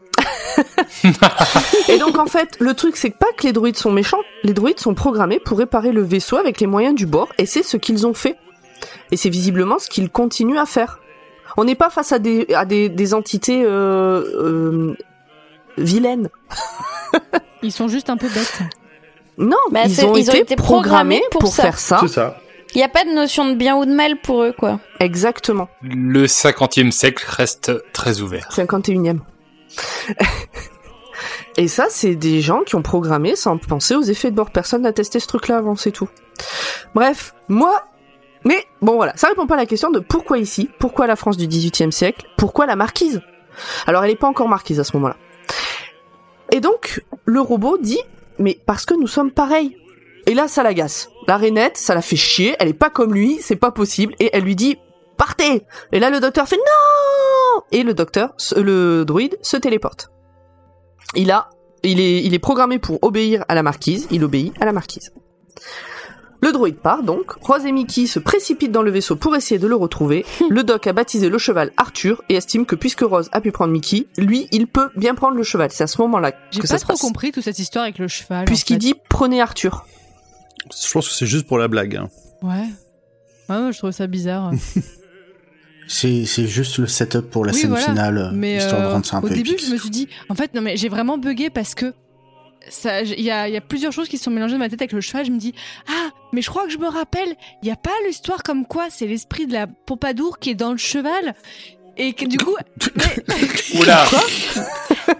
[SPEAKER 6] Et donc en fait, le truc c'est pas que les druides sont méchants, les druides sont programmés pour réparer le vaisseau avec les moyens du bord, et c'est ce qu'ils ont fait. Et c'est visiblement ce qu'ils continuent à faire. On n'est pas face à des, à des, des entités euh, euh, vilaines.
[SPEAKER 3] Ils sont juste un peu bêtes.
[SPEAKER 6] Non,
[SPEAKER 5] Bah,
[SPEAKER 6] ils,
[SPEAKER 5] c'est-
[SPEAKER 6] ont, été programmés pour,
[SPEAKER 5] ça.
[SPEAKER 6] faire ça.
[SPEAKER 2] C'est ça.
[SPEAKER 5] il n'y a pas de notion de bien ou de mal pour eux, quoi.
[SPEAKER 6] Exactement.
[SPEAKER 4] Le 50e siècle reste très ouvert.
[SPEAKER 6] 51e. Et ça, c'est des gens qui ont programmé sans penser aux effets de bord. Personne n'a testé ce truc-là avant, c'est tout. Bref, moi... Mais bon voilà, ça répond pas à la question de pourquoi ici, pourquoi la France du 18e siècle, pourquoi la marquise Alors elle n'est pas encore marquise à ce moment-là. Et donc, le robot dit, mais parce que nous sommes pareils. Et là, ça l'agace. La rainette, ça la fait chier, elle est pas comme lui, c'est pas possible, et elle lui dit, partez Et là, le docteur fait, non Et le docteur, se- le druide, se téléporte. Il a, il est, il est programmé pour obéir à la marquise, il obéit à la marquise. Le druide part donc, Rose et Mickey se précipitent dans le vaisseau pour essayer de le retrouver, le doc a baptisé le cheval Arthur et estime que puisque Rose a pu prendre Mickey, lui, il peut bien prendre le cheval. C'est à ce moment-là
[SPEAKER 3] J'ai
[SPEAKER 6] que ça
[SPEAKER 3] pas
[SPEAKER 6] se
[SPEAKER 3] trop
[SPEAKER 6] passe.
[SPEAKER 3] compris toute cette histoire avec le cheval. en
[SPEAKER 6] Puisqu'il
[SPEAKER 3] fait.
[SPEAKER 6] dit prenez Arthur.
[SPEAKER 2] Je pense que c'est juste pour la blague. hein.
[SPEAKER 3] Ouais. Ouais, moi, je trouve ça bizarre.
[SPEAKER 7] c'est c'est juste le setup pour la
[SPEAKER 3] Oui,
[SPEAKER 7] scène
[SPEAKER 3] voilà.
[SPEAKER 7] finale,
[SPEAKER 3] Mais
[SPEAKER 7] histoire de
[SPEAKER 3] euh,
[SPEAKER 7] rendre ça un
[SPEAKER 3] au
[SPEAKER 7] peu
[SPEAKER 3] début,
[SPEAKER 7] épique.
[SPEAKER 3] je me suis dit, en fait, non mais j'ai vraiment bugué parce que ça, j- il y a, il y a plusieurs choses qui se sont mélangées dans ma tête avec le cheval. Je me dis, ah, mais je crois que je me rappelle. Il y a pas l'histoire comme quoi c'est l'esprit de la Pompadour qui est dans le cheval. Et que, du coup,
[SPEAKER 4] Oula.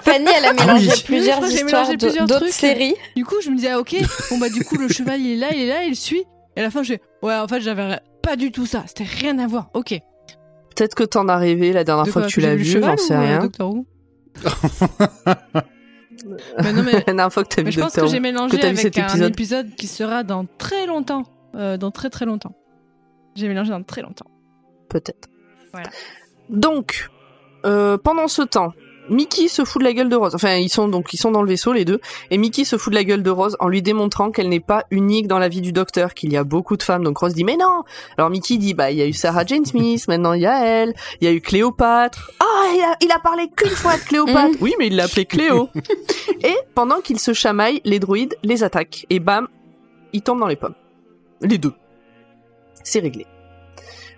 [SPEAKER 5] Fanny, elle a
[SPEAKER 7] oui.
[SPEAKER 5] mélangé
[SPEAKER 7] Oui, je
[SPEAKER 5] plusieurs
[SPEAKER 3] crois que j'ai
[SPEAKER 5] histoires
[SPEAKER 3] mélangé
[SPEAKER 5] de-
[SPEAKER 3] plusieurs
[SPEAKER 5] d'autres
[SPEAKER 3] trucs.
[SPEAKER 5] séries.
[SPEAKER 3] du coup, je me dis, ah, ok, bon bah du coup le cheval il est là, il est là, il suit. Et à la fin, je fais, ouais, en fait, j'avais pas du tout ça. C'était rien à voir. Ok. De
[SPEAKER 6] Peut-être que t'en as rêvé la dernière fois
[SPEAKER 3] quoi,
[SPEAKER 6] que tu
[SPEAKER 3] j'ai
[SPEAKER 6] l'as
[SPEAKER 3] le
[SPEAKER 6] vu,
[SPEAKER 3] cheval
[SPEAKER 6] j'en sais
[SPEAKER 3] ou, euh,
[SPEAKER 6] rien.
[SPEAKER 3] Doctor Who Bah, non, mais
[SPEAKER 6] La dernière fois que t'as
[SPEAKER 3] Mais
[SPEAKER 6] vu
[SPEAKER 3] je pense
[SPEAKER 6] Doctor
[SPEAKER 3] que j'ai
[SPEAKER 6] Who.
[SPEAKER 3] mélangé
[SPEAKER 6] que t'as vu
[SPEAKER 3] avec
[SPEAKER 6] cet
[SPEAKER 3] un
[SPEAKER 6] épisode.
[SPEAKER 3] épisode. qui sera dans très longtemps. Euh, dans très très longtemps. J'ai mélangé dans très longtemps.
[SPEAKER 6] peut-être.
[SPEAKER 3] Voilà.
[SPEAKER 6] Donc, euh, pendant ce temps, Mickey se fout de la gueule de Rose. Enfin, ils sont donc ils sont dans le vaisseau les deux, et Mickey se fout de la gueule de Rose en lui démontrant qu'elle n'est pas unique dans la vie du docteur, qu'il y a beaucoup de femmes. Donc Rose dit mais non. Alors Mickey dit bah il y a eu Sarah Jane Smith, maintenant il y a elle, il y a eu Cléopâtre. Ah il, a, il a parlé qu'une fois de Cléopâtre. oui mais il l'appelait Cléo. et pendant qu'ils se chamaillent, les druides les attaquent et bam, ils tombent dans les pommes. Les deux. C'est réglé.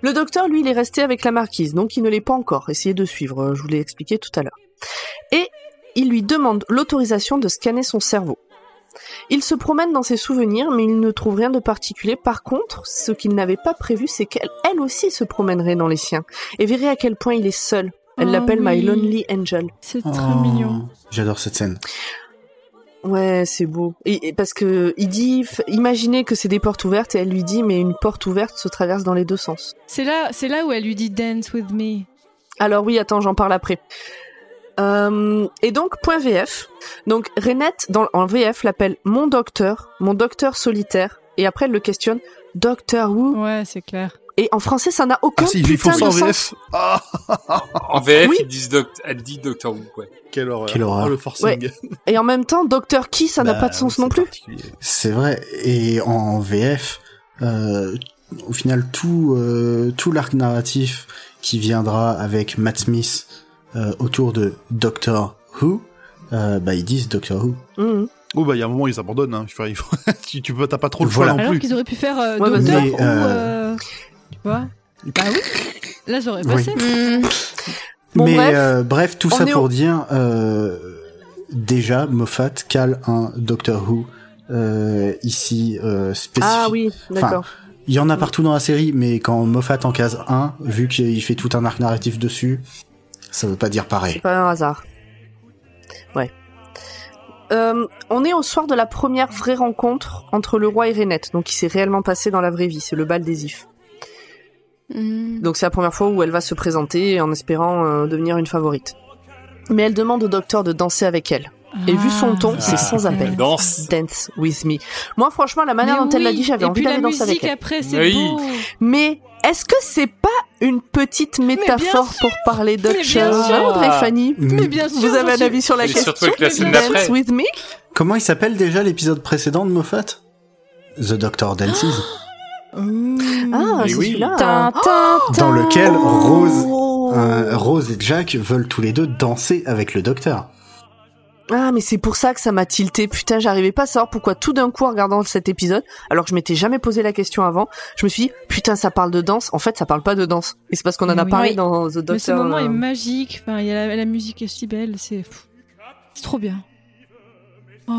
[SPEAKER 6] Le docteur, lui, il est resté avec la marquise, donc il ne l'est pas encore. Essayez de suivre, euh, je vous l'ai expliqué tout à l'heure. Et il lui demande l'autorisation de scanner son cerveau. Il se promène dans ses souvenirs, mais il ne trouve rien de particulier. Par contre, ce qu'il n'avait pas prévu, c'est qu'elle elle aussi se promènerait dans les siens et verrait à quel point il est seul. Elle
[SPEAKER 3] Oh
[SPEAKER 6] l'appelle My
[SPEAKER 3] oui.
[SPEAKER 6] Lonely Angel.
[SPEAKER 3] C'est
[SPEAKER 7] Oh,
[SPEAKER 3] très mignon.
[SPEAKER 7] J'adore cette scène.
[SPEAKER 6] Ouais, c'est beau. Et, et parce que il dit, f- imaginez que c'est des portes ouvertes, et elle lui dit, mais une porte ouverte se traverse dans les deux sens.
[SPEAKER 3] C'est là, c'est là où elle lui dit Dance with me.
[SPEAKER 6] Alors oui, attends, j'en parle après. Euh, et donc, point VF. Donc, Renette, dans, en VF, l'appelle mon docteur, mon docteur solitaire. Et après, elle le questionne, Docteur Who.
[SPEAKER 3] Ouais, c'est clair.
[SPEAKER 6] Et en français, ça n'a aucun
[SPEAKER 2] ah si, ils lui font
[SPEAKER 6] putain
[SPEAKER 2] ça en
[SPEAKER 6] de sens.
[SPEAKER 2] VF. Ah,
[SPEAKER 4] En VF,
[SPEAKER 6] Oui.
[SPEAKER 4] ils disent doc- elle dit Doctor Who. Ouais.
[SPEAKER 2] quelle horreur.
[SPEAKER 7] Quelle horreur.
[SPEAKER 2] Oh, le forcing.
[SPEAKER 6] Et en même temps, Docteur qui, ça n'a
[SPEAKER 2] Bah,
[SPEAKER 6] pas de sens
[SPEAKER 2] c'est
[SPEAKER 6] non plus.
[SPEAKER 2] particulier.
[SPEAKER 7] C'est vrai. Et en VF, euh, au final, tout, euh, tout l'arc narratif qui viendra avec Matt Smith euh, autour de Doctor Who, euh, bah, ils disent Doctor Who.
[SPEAKER 6] Mhm.
[SPEAKER 2] Oh bah il y a un moment ils abandonnent. Hein. Je fais, il faut- tu, tu peux, t'as pas trop le
[SPEAKER 7] Voilà.
[SPEAKER 2] choix non
[SPEAKER 3] Alors
[SPEAKER 2] plus.
[SPEAKER 3] qu'ils auraient pu faire euh,
[SPEAKER 6] Ouais,
[SPEAKER 3] Docteur
[SPEAKER 7] mais,
[SPEAKER 3] ou.
[SPEAKER 7] euh,
[SPEAKER 3] euh, Tu vois Bah oui. Là, j'aurais
[SPEAKER 7] Oui.
[SPEAKER 3] passé.
[SPEAKER 5] Hmm.
[SPEAKER 6] Bon,
[SPEAKER 7] Mais
[SPEAKER 6] bref,
[SPEAKER 7] euh, bref, tout
[SPEAKER 6] on
[SPEAKER 7] ça
[SPEAKER 6] est
[SPEAKER 7] pour
[SPEAKER 6] au-
[SPEAKER 7] dire, euh, déjà, Moffat cale un Doctor Who euh, ici euh, spécifique.
[SPEAKER 6] Ah oui, d'accord.
[SPEAKER 7] Il y en a partout dans la série, mais quand Moffat en case 1, vu qu'il fait tout un arc narratif dessus, ça veut pas dire pareil.
[SPEAKER 6] Pas un hasard. Ouais. euh, on est au soir de la première vraie rencontre entre le roi et Renette, donc qui s'est réellement passé dans la vraie vie, c'est le bal des ifs.
[SPEAKER 5] Hmm.
[SPEAKER 6] Donc c'est la première fois où elle va se présenter en espérant euh, devenir une favorite. Mais elle demande au docteur de danser avec elle. Et vu son
[SPEAKER 4] Ah.
[SPEAKER 6] ton, c'est sans appel.
[SPEAKER 4] Danse.
[SPEAKER 6] Dance with me. Moi franchement, la manière dont elle l'a dit, j'avais envie d'aller danser avec
[SPEAKER 3] Et puis la musique
[SPEAKER 6] elle.
[SPEAKER 3] après, c'est
[SPEAKER 4] Oui.
[SPEAKER 3] beau.
[SPEAKER 6] Mais est-ce que c'est pas une petite métaphore
[SPEAKER 3] sûr.
[SPEAKER 6] pour parler
[SPEAKER 3] Mais
[SPEAKER 6] d'autre
[SPEAKER 3] bien
[SPEAKER 6] chose,
[SPEAKER 4] sûr.
[SPEAKER 6] hein, Audrey Fanny
[SPEAKER 7] Mm.
[SPEAKER 3] Mais bien sûr,
[SPEAKER 6] Vous avez
[SPEAKER 3] j'en
[SPEAKER 6] un
[SPEAKER 3] suis-
[SPEAKER 6] avis sur la
[SPEAKER 4] Ah. Et
[SPEAKER 6] question
[SPEAKER 4] surtout avec la scène
[SPEAKER 3] Dance
[SPEAKER 4] d'après.
[SPEAKER 6] Dance with me
[SPEAKER 7] Comment il s'appelle déjà l'épisode précédent de Moffat The Doctor Dances,
[SPEAKER 6] Ah,
[SPEAKER 4] Mais
[SPEAKER 6] c'est
[SPEAKER 4] oui.
[SPEAKER 6] celui-là.
[SPEAKER 3] Oh.
[SPEAKER 7] dans lequel Rose,
[SPEAKER 6] Oh.
[SPEAKER 7] euh, Rose et Jack veulent tous les deux danser avec le docteur.
[SPEAKER 6] Ah, mais c'est pour ça que ça m'a tilté. Putain, j'arrivais pas à savoir pourquoi tout d'un coup, en regardant cet épisode, alors que je m'étais jamais posé la question avant, je me suis dit, putain, ça parle de danse. En fait, ça parle pas de danse. Et c'est parce qu'on en a
[SPEAKER 3] Oui.
[SPEAKER 6] parlé
[SPEAKER 3] Oui.
[SPEAKER 6] dans The
[SPEAKER 3] Mais ce
[SPEAKER 6] Doctor.
[SPEAKER 3] moment
[SPEAKER 6] euh,
[SPEAKER 3] est magique. Enfin, il y a la, la musique est si belle. C'est pff, c'est trop bien. Oh.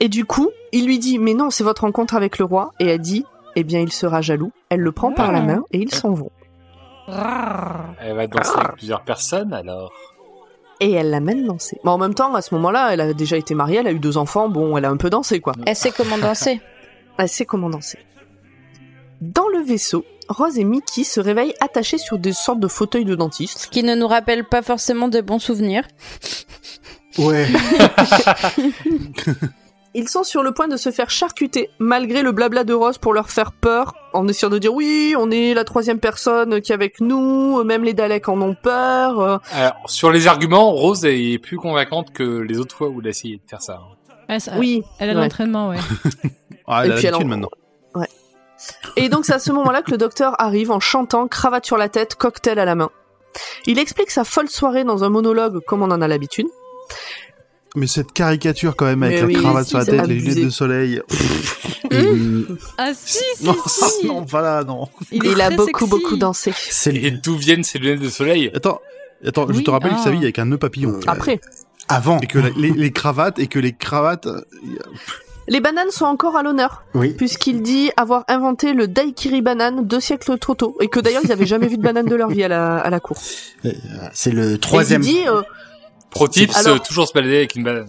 [SPEAKER 6] Et du coup, il lui dit, mais non, c'est votre rencontre avec le roi. Et elle dit, eh bien, il sera jaloux. Elle le prend
[SPEAKER 3] Ah.
[SPEAKER 6] par la main et ils s'en vont.
[SPEAKER 4] Elle va danser
[SPEAKER 6] Ah.
[SPEAKER 4] avec plusieurs personnes alors.
[SPEAKER 6] Et elle l'amène danser. Mais en même temps, à ce moment-là, elle a déjà été mariée, elle a eu deux enfants. Bon, elle a un peu dansé, quoi.
[SPEAKER 5] Elle sait comment danser.
[SPEAKER 6] Elle sait comment danser. Dans le vaisseau, Rose et Mickey se réveillent attachés sur des sortes de fauteuils de dentiste.
[SPEAKER 5] Ce qui ne nous rappelle pas forcément de bons souvenirs.
[SPEAKER 7] Ouais.
[SPEAKER 6] Ils sont sur le point de se faire charcuter, malgré le blabla de Rose pour leur faire peur, en essayant de dire oui, on est la troisième personne qui est avec nous, même les Daleks en ont peur. euh.
[SPEAKER 4] Alors, sur les arguments, Rose est plus convaincante que les autres fois où elle a essayé de faire ça.
[SPEAKER 3] Ouais, Ah, ça-
[SPEAKER 6] Oui.
[SPEAKER 3] Elle a de
[SPEAKER 6] Ouais.
[SPEAKER 3] l'entraînement, ouais.
[SPEAKER 2] Ah, elle
[SPEAKER 6] Et
[SPEAKER 2] a
[SPEAKER 6] puis elle en-
[SPEAKER 2] l'habitude maintenant.
[SPEAKER 6] Et donc c'est à ce moment-là que le docteur arrive en chantant, cravate sur la tête, cocktail à la main. Il explique sa folle soirée dans un monologue comme on en a l'habitude.
[SPEAKER 2] Mais cette caricature quand même avec
[SPEAKER 6] Mais
[SPEAKER 2] la
[SPEAKER 6] oui,
[SPEAKER 2] cravate
[SPEAKER 6] si,
[SPEAKER 2] sur la
[SPEAKER 6] c'est
[SPEAKER 2] tête, les
[SPEAKER 6] abusé.
[SPEAKER 2] lunettes de soleil.
[SPEAKER 7] Et mm,
[SPEAKER 3] Ah si, si,
[SPEAKER 2] non,
[SPEAKER 3] si.
[SPEAKER 2] non, voilà, non.
[SPEAKER 3] Il,
[SPEAKER 6] Il,
[SPEAKER 3] est
[SPEAKER 6] a
[SPEAKER 3] très
[SPEAKER 6] beaucoup
[SPEAKER 3] sexy.
[SPEAKER 6] beaucoup dansé.
[SPEAKER 7] c'est
[SPEAKER 4] Et d'où viennent ces lunettes de soleil
[SPEAKER 2] Attends, attends, je
[SPEAKER 3] Oui,
[SPEAKER 2] te rappelle que
[SPEAKER 3] ah.
[SPEAKER 2] sa vie avec un nœud papillon.
[SPEAKER 6] Après,
[SPEAKER 7] avant.
[SPEAKER 2] Et que la- les, les cravates, et que les cravates. euh, y a-
[SPEAKER 6] les bananes sont encore à l'honneur.
[SPEAKER 7] Oui.
[SPEAKER 6] Puisqu'il dit avoir inventé le daiquiri banane deux siècles trop tôt, et que d'ailleurs ils n'avaient jamais vu de banane de leur vie à la, à la cour. Et
[SPEAKER 7] Euh, C'est le troisième.
[SPEAKER 6] il dit, euh,
[SPEAKER 4] Pro tips,
[SPEAKER 6] Alors-
[SPEAKER 4] euh, toujours se balader avec une banane.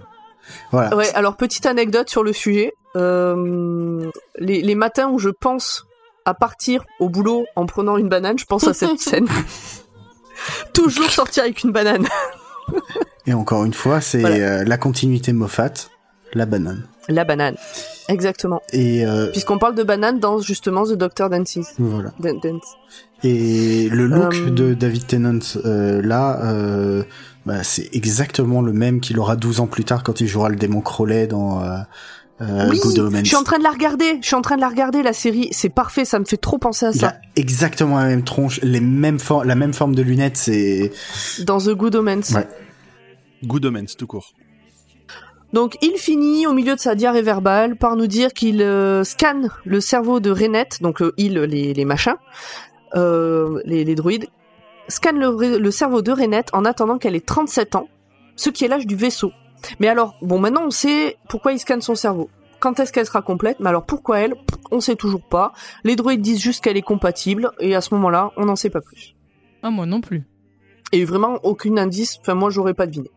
[SPEAKER 7] Voilà.
[SPEAKER 6] Ouais, alors petite anecdote sur le sujet. Euh, les, les matins où je pense à partir au boulot en prenant une banane, je pense à cette scène. Toujours sortir avec une banane.
[SPEAKER 7] Et encore une fois, c'est
[SPEAKER 6] Voilà.
[SPEAKER 7] euh, la continuité Moffat, la banane.
[SPEAKER 6] La banane. Exactement.
[SPEAKER 7] Et euh,
[SPEAKER 6] Puisqu'on parle de banane dans justement The Doctor Dances.
[SPEAKER 7] voilà.
[SPEAKER 6] Dan- Dance.
[SPEAKER 7] Et le look
[SPEAKER 6] Euh,
[SPEAKER 7] de David Tennant euh, là, euh, bah, c'est exactement le même qu'il aura 12 ans plus tard quand il jouera le démon Crowley dans euh, euh,
[SPEAKER 6] Oui,
[SPEAKER 7] Good Omens.
[SPEAKER 6] je suis en train de la regarder. Je suis en train de la regarder la série. C'est parfait. Ça me fait trop penser à
[SPEAKER 7] Il
[SPEAKER 6] ça.
[SPEAKER 7] a exactement la même tronche, les mêmes for- la même forme de lunettes. C'est
[SPEAKER 6] Dans The Good Omens.
[SPEAKER 7] Ouais.
[SPEAKER 2] Good omens, tout court.
[SPEAKER 6] Donc il finit au milieu de sa diarrhée verbale par nous dire qu'il euh, scanne le cerveau de Renette, donc euh, il, les, les machins, euh, les, les druides, scanne le, le cerveau de Renette en attendant qu'elle ait 37 ans, ce qui est l'âge du vaisseau. Mais alors, bon maintenant on sait pourquoi il scanne son cerveau. Quand est-ce qu'elle sera complète Mais alors pourquoi elle Pff, On sait toujours pas. Les druides disent juste qu'elle est compatible, et à ce moment-là, on n'en sait pas plus.
[SPEAKER 3] Ah, moi non plus.
[SPEAKER 6] Et vraiment aucun indice, enfin moi j'aurais pas deviné.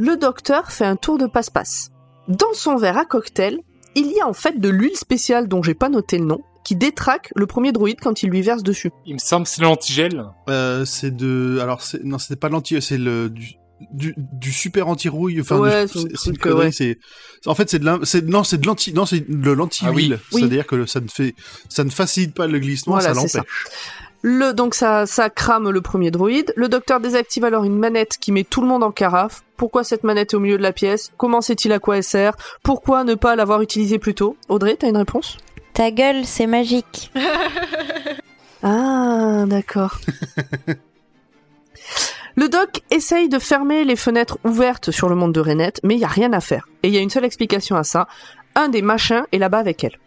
[SPEAKER 6] Le docteur fait un tour de passe-passe. Dans son verre à cocktail, il y a en fait de l'huile spéciale dont j'ai pas noté le nom, qui détraque le premier droïde quand il lui verse dessus.
[SPEAKER 2] Oh,
[SPEAKER 4] Il me semble que c'est l'antigel.
[SPEAKER 2] Euh, c'est de. Alors, c'est... non, c'était pas de l'anti, c'est le. Du... Du, du super anti-rouille, enfin,
[SPEAKER 6] Ouais,
[SPEAKER 2] du-
[SPEAKER 6] c'est un
[SPEAKER 2] c'est, c'est une
[SPEAKER 6] truc,
[SPEAKER 2] connerie,
[SPEAKER 6] ouais.
[SPEAKER 2] c'est, c'est- en fait, c'est de l'in- c'est, non, c'est de l'anti, non, c'est de l'anti-huile.
[SPEAKER 4] Ah
[SPEAKER 6] oui.
[SPEAKER 2] C'est-à-dire que ça ne fait, ça ne facilite pas le glissement,
[SPEAKER 6] Voilà,
[SPEAKER 2] ça
[SPEAKER 6] c'est
[SPEAKER 2] l'empêche.
[SPEAKER 6] ça. Le, donc ça, ça crame le premier droïde. Le docteur désactive alors une manette qui met tout le monde en carafe. Pourquoi cette manette est au milieu de la pièce Comment sait-il à quoi elle sert Pourquoi ne pas l'avoir utilisée plus tôt Audrey, t'as une réponse
[SPEAKER 5] Ta gueule, c'est magique.
[SPEAKER 6] Ah, d'accord. le doc essaye de fermer les fenêtres ouvertes sur le monde de Renette, mais il n'y a rien à faire. Et il y a une seule explication à ça. Un des machins est là-bas avec elle.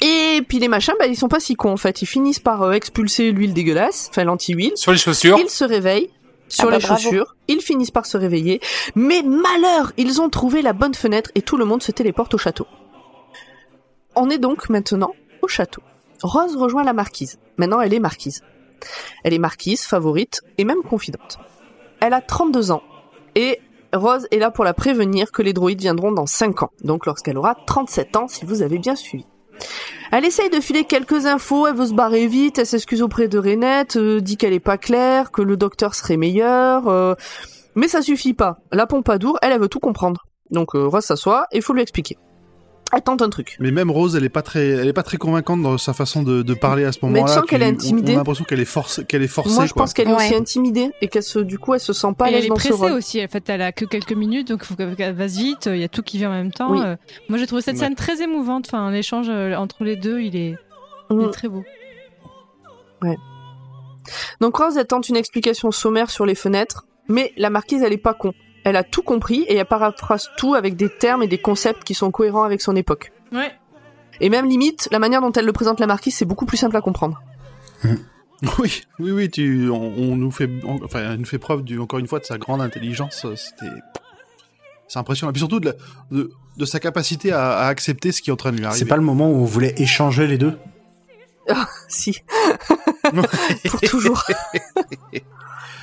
[SPEAKER 6] Et puis les machins, bah, ils sont pas si cons en fait. Ils finissent par euh, expulser l'huile dégueulasse, enfin l'anti-huile.
[SPEAKER 4] Sur les chaussures.
[SPEAKER 6] Ils se réveillent sur
[SPEAKER 5] Ah bah
[SPEAKER 6] les
[SPEAKER 5] bravo.
[SPEAKER 6] chaussures. Ils finissent par se réveiller. Mais malheur, ils ont trouvé la bonne fenêtre et tout le monde se téléporte au château. On est donc maintenant au château. Rose rejoint la marquise. Maintenant, elle est marquise. Elle est marquise, favorite et même confidente. Elle a 32 ans et Rose est là pour la prévenir que les droïdes viendront dans 5 ans, donc lorsqu'elle aura 37 ans si vous avez bien suivi. Elle essaye de filer quelques infos, elle veut se barrer vite, elle s'excuse auprès de Renette, euh, dit qu'elle est pas claire, que le docteur serait meilleur, euh, mais ça suffit pas. La Pompadour, elle, elle veut tout comprendre. Donc euh, Rose s'assoit et faut lui expliquer. Elle tente un truc.
[SPEAKER 2] Mais même Rose, elle est pas très, elle est pas très convaincante dans sa façon de, de parler à ce moment-là.
[SPEAKER 6] sens qu'elle est
[SPEAKER 2] on-
[SPEAKER 6] intimidée.
[SPEAKER 2] On a l'impression qu'elle est forcée, qu'elle est forcée.
[SPEAKER 6] Moi, je
[SPEAKER 2] quoi.
[SPEAKER 6] pense qu'elle est aussi
[SPEAKER 1] Ouais.
[SPEAKER 6] intimidée et qu'elle se, du coup, elle se sent pas à
[SPEAKER 3] Et
[SPEAKER 6] l'aise
[SPEAKER 3] elle est
[SPEAKER 6] dans ce
[SPEAKER 3] pressée
[SPEAKER 6] rôle.
[SPEAKER 3] aussi, en fait, elle a que quelques minutes, donc il faut qu'elle va vite, il y a tout qui vient en même temps.
[SPEAKER 6] Oui.
[SPEAKER 3] Euh, Moi j'ai trouvé cette scène très émouvante, enfin l'échange euh, entre les deux, il est, il est
[SPEAKER 6] Mm.
[SPEAKER 3] très beau.
[SPEAKER 6] Donc Rose elle tente une explication sommaire sur les fenêtres, mais la marquise elle est pas con. Elle a tout compris et elle paraphrase tout avec des termes et des concepts qui sont cohérents avec son époque.
[SPEAKER 3] Ouais.
[SPEAKER 6] Et même limite, la manière dont elle le présente la marquise, c'est beaucoup plus simple à comprendre.
[SPEAKER 2] Oui, oui, oui. Tu, on, on nous fait, on- enfin, elle nous fait preuve du, encore une fois de sa grande intelligence. euh, C'était, c'est impressionnant. Et puis surtout de, la- de, de sa capacité à, à accepter ce qui est en train de lui arriver.
[SPEAKER 7] C'est pas le moment où on voulait échanger les deux
[SPEAKER 6] Si. Pour toujours.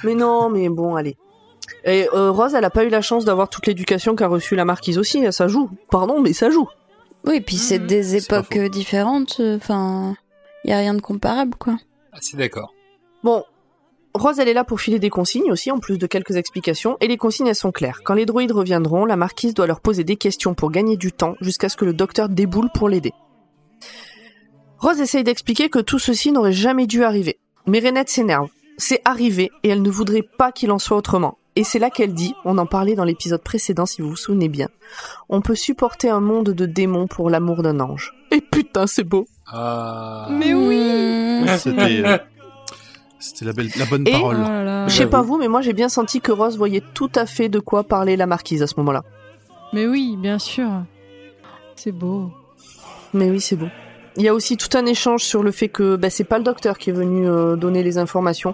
[SPEAKER 6] mais non, mais bon, allez. Et euh, Rose, elle a pas eu la chance d'avoir toute l'éducation qu'a reçue la marquise aussi. Ça joue. Pardon, mais ça joue.
[SPEAKER 1] Oui, et puis c'est
[SPEAKER 3] Mhm.
[SPEAKER 1] des
[SPEAKER 2] C'est pas
[SPEAKER 1] époques euh, différentes. Enfin, il y a rien de comparable, quoi.
[SPEAKER 4] Assez Ah, d'accord.
[SPEAKER 6] Bon, Rose, elle est là pour filer des consignes aussi, en plus de quelques explications, et les consignes, elles sont claires. Quand les droïdes reviendront, la marquise doit leur poser des questions pour gagner du temps, jusqu'à ce que le docteur déboule pour l'aider. Rose essaye d'expliquer que tout ceci n'aurait jamais dû arriver. Mais Renette s'énerve. C'est arrivé, et elle ne voudrait pas qu'il en soit autrement. Et c'est là qu'elle dit, on en parlait dans l'épisode précédent si vous vous souvenez bien, on peut supporter un monde de démons pour l'amour d'un ange. Et putain, c'est beau
[SPEAKER 4] Ah.
[SPEAKER 3] Mais oui
[SPEAKER 1] Mmh.
[SPEAKER 2] C'était, euh, c'était la belle, la bonne
[SPEAKER 6] Et-
[SPEAKER 3] Oh
[SPEAKER 2] parole.
[SPEAKER 3] là là.
[SPEAKER 6] Je sais pas vous, mais moi j'ai bien senti que Rose voyait tout à fait de quoi parler la marquise à ce moment-là.
[SPEAKER 3] Mais oui, bien sûr. C'est beau.
[SPEAKER 6] Mais oui, c'est beau. Il y a aussi tout un échange sur le fait que bah, c'est pas le docteur qui est venu euh, donner les informations.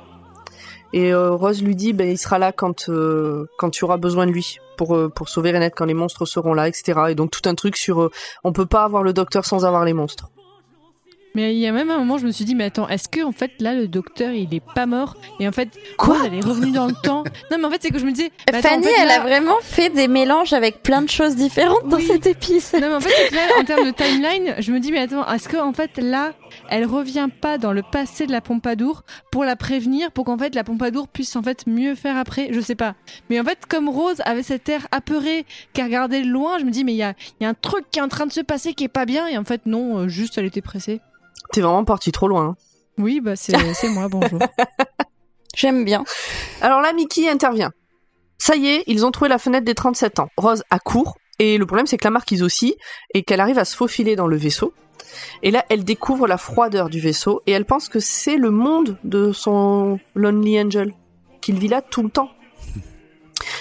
[SPEAKER 6] Et euh, Rose lui dit, bah, il sera là quand euh, quand tu auras besoin de lui pour euh, pour sauver Renette quand les monstres seront là, etc. Et donc tout un truc sur, euh, on peut pas avoir le docteur sans avoir les monstres.
[SPEAKER 3] Mais il y a même un moment, je me suis dit, mais attends, est-ce que en fait là le docteur il est pas mort Et en fait,
[SPEAKER 6] Quoi
[SPEAKER 3] Rose, elle est revenue dans le temps. Non, mais en fait, c'est que je me disais. mais Bah, attends, en
[SPEAKER 1] Fanny,
[SPEAKER 3] fait,
[SPEAKER 1] elle
[SPEAKER 3] là-
[SPEAKER 1] a vraiment fait des mélanges avec plein de choses différentes dans
[SPEAKER 3] Oui.
[SPEAKER 1] cette épice.
[SPEAKER 3] Non, mais en fait, c'est que là, en termes de timeline, je me dis, mais attends, est-ce que en fait, là, elle revient pas dans le passé de la Pompadour pour la prévenir, pour qu'en fait, la Pompadour puisse en fait mieux faire après Je sais pas. Mais en fait, comme Rose avait cet air apeuré qui regardait de loin, je me dis, mais il y a, il y a un truc qui est en train de se passer qui est pas bien. Et en fait, non, euh, juste, elle était pressée.
[SPEAKER 6] T'es vraiment parti trop loin. hein.
[SPEAKER 3] Oui, bah, c'est c'est moi, bonjour.
[SPEAKER 1] J'aime bien.
[SPEAKER 6] Alors là, Mickey intervient. Ça y est, ils ont trouvé la fenêtre des 37 ans. Rose accourt, et le problème c'est que la marquise aussi, et qu'elle arrive à se faufiler dans le vaisseau. Et là, elle découvre la froideur du vaisseau, et elle pense que c'est le monde de son Lonely Angel, qu'il vit là tout le temps.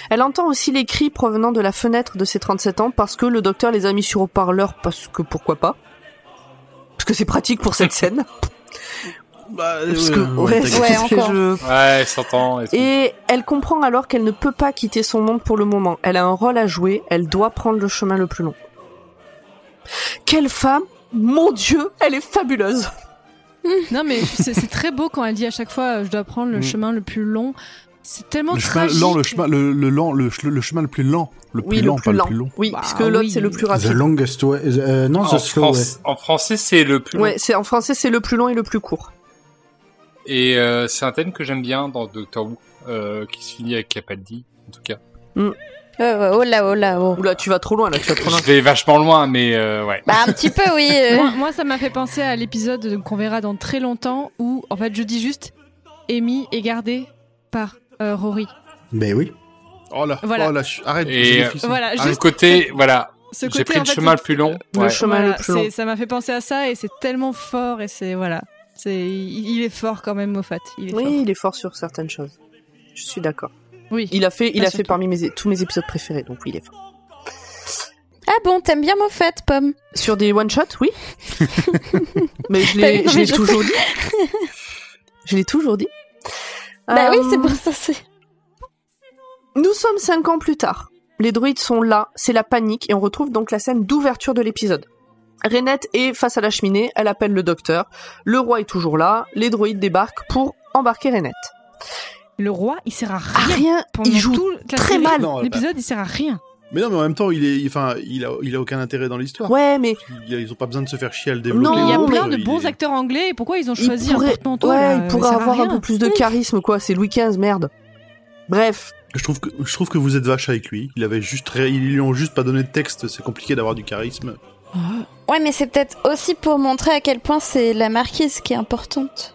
[SPEAKER 6] Elle entend aussi les cris provenant de la fenêtre de ses 37 ans parce que le docteur les a mis sur haut-parleur parce que pourquoi pas Parce que c'est pratique pour cette scène.
[SPEAKER 2] Bah,
[SPEAKER 6] Parce
[SPEAKER 2] ouais,
[SPEAKER 6] que
[SPEAKER 2] ouais,
[SPEAKER 6] ouais,
[SPEAKER 2] t'as-
[SPEAKER 6] c'est-
[SPEAKER 1] Ouais,
[SPEAKER 6] c'est-
[SPEAKER 1] encore.
[SPEAKER 6] je-
[SPEAKER 4] Ouais, s'entend. Et tout.
[SPEAKER 6] et elle comprend alors qu'elle ne peut pas quitter son monde pour le moment. Elle a un rôle à jouer, elle doit prendre le chemin le plus long. Quelle femme Mon Dieu, elle est fabuleuse
[SPEAKER 3] non, mais c'est c'est très beau quand elle dit à chaque fois, euh, je dois prendre le
[SPEAKER 2] Mm.
[SPEAKER 3] chemin le plus long. C'est tellement
[SPEAKER 2] le chemin
[SPEAKER 3] tragique.
[SPEAKER 2] lent, le chemin, le, le lent, le, ch- le chemin le plus lent, le plus
[SPEAKER 6] Oui,
[SPEAKER 2] lent,
[SPEAKER 6] le
[SPEAKER 2] pas
[SPEAKER 6] plus lent.
[SPEAKER 2] le plus long.
[SPEAKER 6] Oui,
[SPEAKER 3] Bah
[SPEAKER 6] parce que l'autre,
[SPEAKER 3] oui.
[SPEAKER 6] c'est le plus
[SPEAKER 7] The
[SPEAKER 6] rapide.
[SPEAKER 7] longest way... euh, non,
[SPEAKER 4] en,
[SPEAKER 7] the slow way.
[SPEAKER 4] France- en français, c'est le plus long.
[SPEAKER 6] Ouais, c'est en français, c'est le plus long et le plus court.
[SPEAKER 4] Et euh, c'est un thème que j'aime bien dans Doctor Who, euh, qui se finit avec Capaldi, en tout cas.
[SPEAKER 1] Euh, oh là, oh là, oh.
[SPEAKER 6] Oula, tu vas trop loin là, tu vas trop loin.
[SPEAKER 4] Je vais vachement loin, mais euh, ouais.
[SPEAKER 1] Bah, un petit peu, oui. euh.
[SPEAKER 3] moi, moi, ça m'a fait penser à l'épisode donc, qu'on verra dans très longtemps où, en fait, je dis juste, Amy est gardée par euh, Rory.
[SPEAKER 7] Ben oui.
[SPEAKER 2] Oh là,
[SPEAKER 3] Voilà.
[SPEAKER 2] oh là, je- arrête.
[SPEAKER 4] Et,
[SPEAKER 2] j'ai des
[SPEAKER 4] euh,
[SPEAKER 2] frissons.
[SPEAKER 3] Voilà,
[SPEAKER 4] Ah, le
[SPEAKER 3] juste
[SPEAKER 4] côté, voilà,
[SPEAKER 3] ce côté.
[SPEAKER 4] j'ai pris
[SPEAKER 3] en
[SPEAKER 4] le
[SPEAKER 3] fait,
[SPEAKER 4] chemin le plus long.
[SPEAKER 6] Le
[SPEAKER 4] ouais.
[SPEAKER 6] chemin
[SPEAKER 3] voilà,
[SPEAKER 6] le plus long.
[SPEAKER 3] c'est- Ça m'a fait penser à ça et c'est tellement fort et c'est voilà, c'est il, il est fort quand même Moffat. Il est
[SPEAKER 6] Oui, il est fort sur certaines choses. Je suis d'accord.
[SPEAKER 3] fort. oui.
[SPEAKER 6] Il a fait, il
[SPEAKER 3] Pas
[SPEAKER 6] a fait
[SPEAKER 3] surtout.
[SPEAKER 6] parmi mes, tous mes épisodes préférés, donc oui, il est fort.
[SPEAKER 1] Ah bon, t'aimes bien Moffat, Pomme
[SPEAKER 6] Sur des one-shots, oui. mais je
[SPEAKER 1] T'as vu
[SPEAKER 6] l'ai
[SPEAKER 1] comment
[SPEAKER 6] je l'ai
[SPEAKER 1] je
[SPEAKER 6] toujours dit. Je l'ai toujours dit.
[SPEAKER 1] Bah oui,
[SPEAKER 6] Euh,
[SPEAKER 1] c'est pour ça, c'est...
[SPEAKER 6] Nous sommes cinq ans plus tard. Les druides sont là, c'est la panique, et on retrouve donc la scène d'ouverture de l'épisode. Renette est face à la cheminée, elle appelle le docteur, le roi est toujours là, les droïdes débarquent pour embarquer Renette.
[SPEAKER 3] Le roi, il sert à rien.
[SPEAKER 6] Ah, rien,
[SPEAKER 3] Pendant
[SPEAKER 6] il joue.
[SPEAKER 3] tout la
[SPEAKER 6] très
[SPEAKER 3] série,
[SPEAKER 6] mal.
[SPEAKER 2] Non,
[SPEAKER 3] L'épisode, il sert à rien.
[SPEAKER 2] Mais non, mais en même temps, il est, il- enfin, il a, il a aucun intérêt dans l'histoire.
[SPEAKER 6] Ouais, mais
[SPEAKER 2] Il a- Ils ont pas besoin de se faire chier à le développer. Oh,
[SPEAKER 6] Non,
[SPEAKER 3] il y a
[SPEAKER 6] mais-
[SPEAKER 3] plein de
[SPEAKER 2] Il
[SPEAKER 3] bons
[SPEAKER 2] est-
[SPEAKER 3] acteurs anglais. Et pourquoi ils ont
[SPEAKER 6] il
[SPEAKER 3] choisi un
[SPEAKER 6] pourrait,
[SPEAKER 3] portmanteau
[SPEAKER 6] ouais,
[SPEAKER 3] là,
[SPEAKER 6] il
[SPEAKER 3] euh,
[SPEAKER 6] pourrait
[SPEAKER 3] ça sert à
[SPEAKER 6] avoir un
[SPEAKER 3] rien.
[SPEAKER 6] peu plus de charisme, quoi. C'est Louis XV, merde. Bref,
[SPEAKER 2] Je trouve que je trouve que vous êtes vache avec lui. Il avait juste ré- ils lui ont juste pas donné de texte. C'est compliqué d'avoir du charisme.
[SPEAKER 3] Ah,
[SPEAKER 5] Ouais, mais c'est peut-être aussi pour montrer à quel point c'est la marquise qui est importante.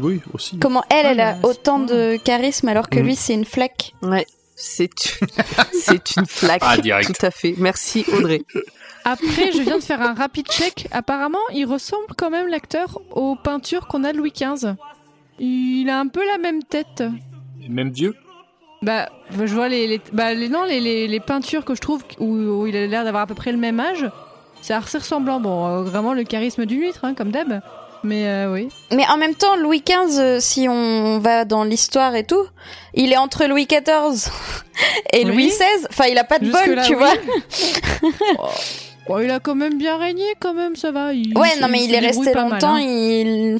[SPEAKER 2] Oui, aussi.
[SPEAKER 5] Comment elle,
[SPEAKER 3] Ouais,
[SPEAKER 5] elle
[SPEAKER 3] mais Ah
[SPEAKER 5] a
[SPEAKER 3] bah, c'est
[SPEAKER 5] autant
[SPEAKER 3] pas-
[SPEAKER 5] de charisme alors que
[SPEAKER 2] Mhm.
[SPEAKER 5] lui, c'est une flaque.
[SPEAKER 6] ouais, c'est c'est une flaque.
[SPEAKER 4] Ah, direct.
[SPEAKER 6] Tout à fait. Merci Audrey.
[SPEAKER 3] Après, je viens de faire un rapide check. Apparemment, il ressemble quand même l'acteur aux peintures qu'on a de Louis XV. Il a un peu la même tête.
[SPEAKER 4] Même Dieu
[SPEAKER 3] Bah, bah, je vois les, les- bah, les- non, les, les- les peintures que je trouve où, où il a l'air d'avoir à peu près le même âge. C'est assez ressemblant. Bon, euh, vraiment le charisme d'une huître, hein, comme d'hab. Mais euh, oui.
[SPEAKER 5] Mais en même temps, Louis XV, euh, si on va dans l'histoire et tout, il est entre Louis XIV et
[SPEAKER 3] Oui.
[SPEAKER 5] Louis XVI. Enfin, il a pas de
[SPEAKER 3] Jusque
[SPEAKER 5] bol,
[SPEAKER 3] là,
[SPEAKER 5] tu
[SPEAKER 3] oui.
[SPEAKER 5] vois.
[SPEAKER 3] Oh. Oh, il a quand même bien régné, quand même, ça va. Il-
[SPEAKER 5] Ouais,
[SPEAKER 3] il-
[SPEAKER 5] non, mais il est
[SPEAKER 3] débrouille
[SPEAKER 5] resté
[SPEAKER 3] pas mal,
[SPEAKER 5] longtemps.
[SPEAKER 3] hein.
[SPEAKER 5] Il,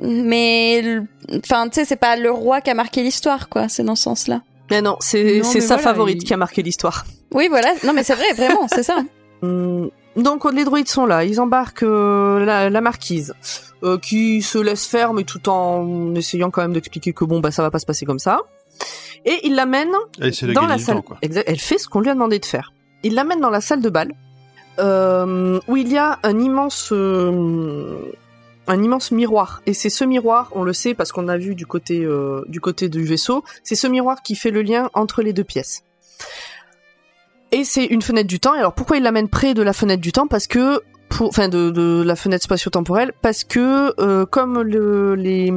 [SPEAKER 5] mais, le- enfin, tu sais, c'est pas le roi qui a marqué l'histoire, quoi. C'est dans ce sens-là.
[SPEAKER 6] Mais non, c'est
[SPEAKER 3] Non,
[SPEAKER 6] c'est
[SPEAKER 3] mais
[SPEAKER 6] sa
[SPEAKER 3] voilà,
[SPEAKER 6] favorite
[SPEAKER 3] il-
[SPEAKER 6] qui a marqué l'histoire.
[SPEAKER 5] Oui, voilà. Non, mais c'est vrai, vraiment, c'est ça. hein.
[SPEAKER 6] Hum, Donc les droïdes sont là, ils embarquent euh, la, la marquise, euh, qui se laisse faire mais tout en essayant quand même d'expliquer que bon bah ça va pas se passer comme ça. Et ils l'amènent
[SPEAKER 2] Allez, c'est la
[SPEAKER 6] dans
[SPEAKER 2] gagne
[SPEAKER 6] la
[SPEAKER 2] du
[SPEAKER 6] salle.
[SPEAKER 2] temps, quoi.
[SPEAKER 6] Exact. Elle fait ce qu'on lui a demandé de faire. Il l'amène dans la salle de bal, euh, où il y a un immense, euh, un immense miroir. Et c'est ce miroir, on le sait parce qu'on a vu du côté, euh, du côté du vaisseau, c'est ce miroir qui fait le lien entre les deux pièces. Et c'est une fenêtre du temps. Et alors pourquoi il l'amène près de la fenêtre du temps Parce que, pour, enfin, de, de la fenêtre spatio-temporelle, parce que euh, comme le, les,